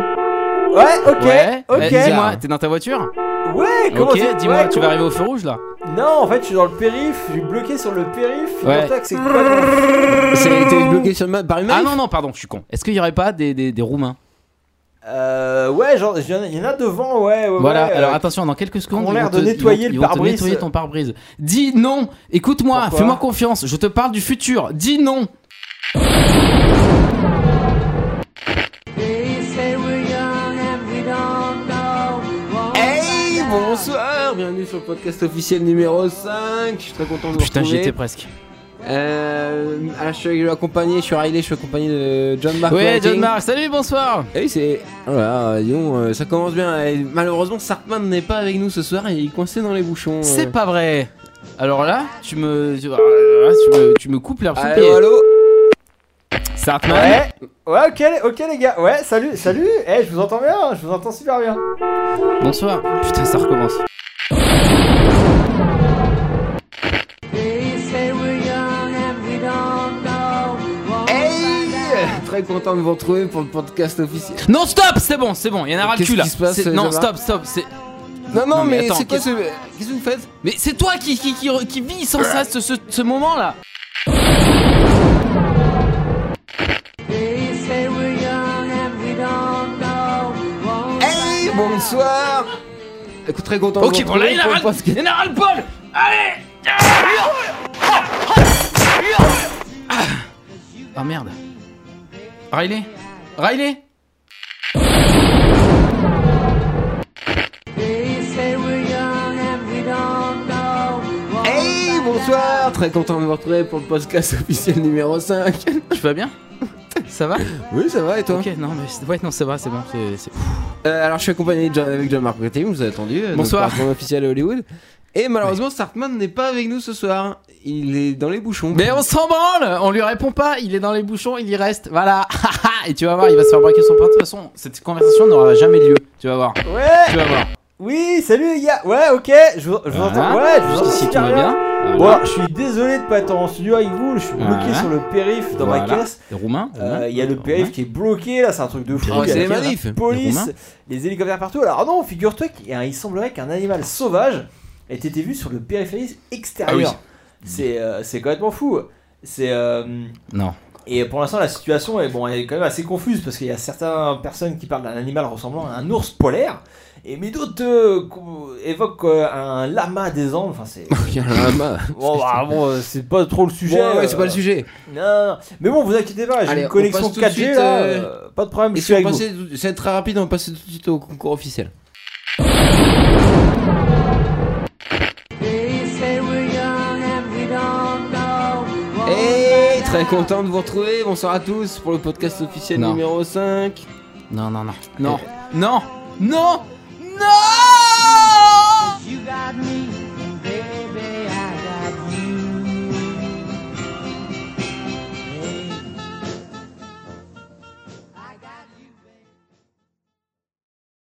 Speaker 4: Ouais, ok,
Speaker 3: Ouais.
Speaker 4: ok.
Speaker 3: Eh, dis-moi, t'es dans ta voiture
Speaker 4: Ouais, comment
Speaker 3: Ok,
Speaker 4: ça-
Speaker 3: dis-moi,
Speaker 4: ouais,
Speaker 3: tu vas arriver au feu rouge là
Speaker 4: Non, en fait, je suis dans le périph, je suis bloqué sur le périph.
Speaker 3: Ouais.
Speaker 4: Figure-toi que c'est complètement fou.
Speaker 2: C'est t'es bloqué sur le ma- par une
Speaker 3: Ah
Speaker 2: manif
Speaker 3: non, non, pardon, je suis con. Est-ce qu'il y aurait pas des, des, des Roumains
Speaker 4: Euh, ouais, genre, il y en a- il y en a devant, ouais, ouais.
Speaker 3: Voilà,
Speaker 4: ouais,
Speaker 3: alors
Speaker 4: euh,
Speaker 3: attention, dans quelques secondes,
Speaker 4: ont
Speaker 3: ils vont
Speaker 4: l'air de
Speaker 3: te- ils vont-
Speaker 4: nettoyer le
Speaker 3: ils vont te
Speaker 4: pare-brise.
Speaker 3: nettoyer ton pare-brise. Dis non, écoute-moi,
Speaker 4: Pourquoi
Speaker 3: fais-moi confiance, je te parle du futur, dis non.
Speaker 1: They say we're young and we don't know. Won't
Speaker 2: Hey
Speaker 1: find out.
Speaker 2: Bonsoir, bienvenue sur le podcast officiel numéro 5. Je suis très content de vous
Speaker 3: Putain, j'y
Speaker 2: retrouver.
Speaker 3: étais presque.
Speaker 2: Euh, alors, je suis accompagné, je suis Riley, je suis accompagné de John Mark
Speaker 3: Ouais,
Speaker 2: Macklin.
Speaker 3: John Marr, salut, bonsoir.
Speaker 2: Eh oui, c'est. Voilà, dis donc, euh, ça commence bien. Et malheureusement, Sartman n'est pas avec nous ce soir et il est coincé dans les bouchons. euh.
Speaker 3: C'est pas vrai. Alors là, tu me, tu, ah, là, tu me, tu me coupes l'air sous le pied.
Speaker 2: Allô, allô
Speaker 3: Sartman.
Speaker 4: Ouais, ouais, ok, ok les gars, ouais, salut, salut, eh, je vous entends bien, je vous entends super bien.
Speaker 3: bonsoir. Putain, ça recommence.
Speaker 1: They say we're young and we don't know. Won't
Speaker 2: Hey
Speaker 1: find out.
Speaker 2: Très content de vous retrouver pour le podcast officiel.
Speaker 3: Non, stop, c'est bon, c'est bon, il y en a ras le
Speaker 2: Qu'est-ce
Speaker 3: cul là.
Speaker 2: qui se passe,
Speaker 3: C'est-
Speaker 2: euh,
Speaker 3: non,
Speaker 2: John
Speaker 3: stop, stop, c'est.
Speaker 2: Non, non,
Speaker 3: Non, mais
Speaker 2: mais,
Speaker 3: attends,
Speaker 2: c'est quoi
Speaker 3: qu'est-ce-
Speaker 2: ce. Qu'est-ce que vous faites
Speaker 3: Mais c'est toi qui, qui, qui, qui vis sans ça ce, ce, ce moment là.
Speaker 1: They say we're young and we don't know. Won't
Speaker 2: Hey Bonsoir Écoute, très content de
Speaker 3: Ok,
Speaker 2: vous
Speaker 3: bon là,
Speaker 2: retrouver
Speaker 3: il a
Speaker 2: pour
Speaker 3: ras
Speaker 2: le podcast.
Speaker 3: le- il en a ras le bol. Allez Ah merde. Riley Riley
Speaker 1: They say we're young and we don't know. Won't
Speaker 2: Hey Bonsoir Très content de vous retrouver pour le podcast officiel numéro 5.
Speaker 3: Tu vas bien Ça va
Speaker 2: Oui, ça va et toi
Speaker 3: Ok, non, mais c'est- ouais, non, c'est vrai, c'est bon. c'est- c'est-
Speaker 2: Euh, Alors, je suis accompagné de John- avec John-Marc Bretim, vous avez entendu. euh, notre
Speaker 3: Bonsoir.
Speaker 2: correspondant officiel à Hollywood. Et malheureusement, Sartman n'est pas avec nous ce soir. Il est dans les bouchons. Oh,
Speaker 3: Mais on s'en branle On lui répond pas, il est dans les bouchons, il y reste. Voilà Et tu vas voir, il va se faire braquer son pain. De toute façon, cette conversation n'aura jamais lieu. Tu vas voir.
Speaker 4: Ouais,
Speaker 3: Tu vas voir.
Speaker 4: oui, salut les gars, ouais, ok, je vous, je vous entends,
Speaker 3: Voilà.
Speaker 4: ouais, je vous entends
Speaker 3: Jusqu'ici, Ah, tout
Speaker 4: super
Speaker 3: va bien. Euh, Voilà.
Speaker 4: Bon, alors, je suis désolé de pas être en studio avec vous, je suis bloqué
Speaker 3: Voilà.
Speaker 4: sur le périph dans ma
Speaker 3: Voilà.
Speaker 4: caisse.
Speaker 3: Les Roumains
Speaker 4: Euh, Il y a le périph qui est bloqué là, c'est un truc de fou.
Speaker 2: Ah,
Speaker 4: Il y a
Speaker 2: c'est les
Speaker 4: la
Speaker 2: manifs.
Speaker 4: police,
Speaker 3: Les
Speaker 4: les hélicoptères partout. Alors non, figure-toi qu'il y a un- il semblerait qu'un animal sauvage ait été vu sur le périphérique extérieur.
Speaker 3: Ah
Speaker 4: C'est euh, c'est complètement fou. C'est euh,
Speaker 3: Non.
Speaker 4: et pour l'instant la situation est bon, elle est quand même assez confuse parce qu'il y a certaines personnes qui parlent d'un animal ressemblant à un ours polaire. Et mais d'autres euh, co- évoquent euh, un lama des Andes. Enfin c'est
Speaker 2: Il y a un lama.
Speaker 4: bon, bah, bon, euh, c'est pas trop le sujet.
Speaker 2: Bon, ouais, c'est
Speaker 4: euh,
Speaker 2: pas le sujet.
Speaker 4: non, non, non. Mais bon, vous inquiétez pas, j'ai
Speaker 2: Allez,
Speaker 4: une
Speaker 2: on
Speaker 4: connexion
Speaker 2: passe tout de
Speaker 4: 4G
Speaker 2: suite,
Speaker 4: là.
Speaker 2: euh,
Speaker 4: euh, Pas de problème, je
Speaker 2: Et
Speaker 4: suis
Speaker 2: si on
Speaker 4: avec vous.
Speaker 2: passait, tout- c'est très rapide, on passait tout de suite au concours officiel.
Speaker 1: They say we're young and we don't know. Won't
Speaker 2: Hey,
Speaker 1: find
Speaker 2: très
Speaker 1: out.
Speaker 2: content de vous retrouver. Bonsoir à tous pour le podcast officiel
Speaker 3: Non.
Speaker 2: numéro 5.
Speaker 3: Non, non, non. Non. Non. Non.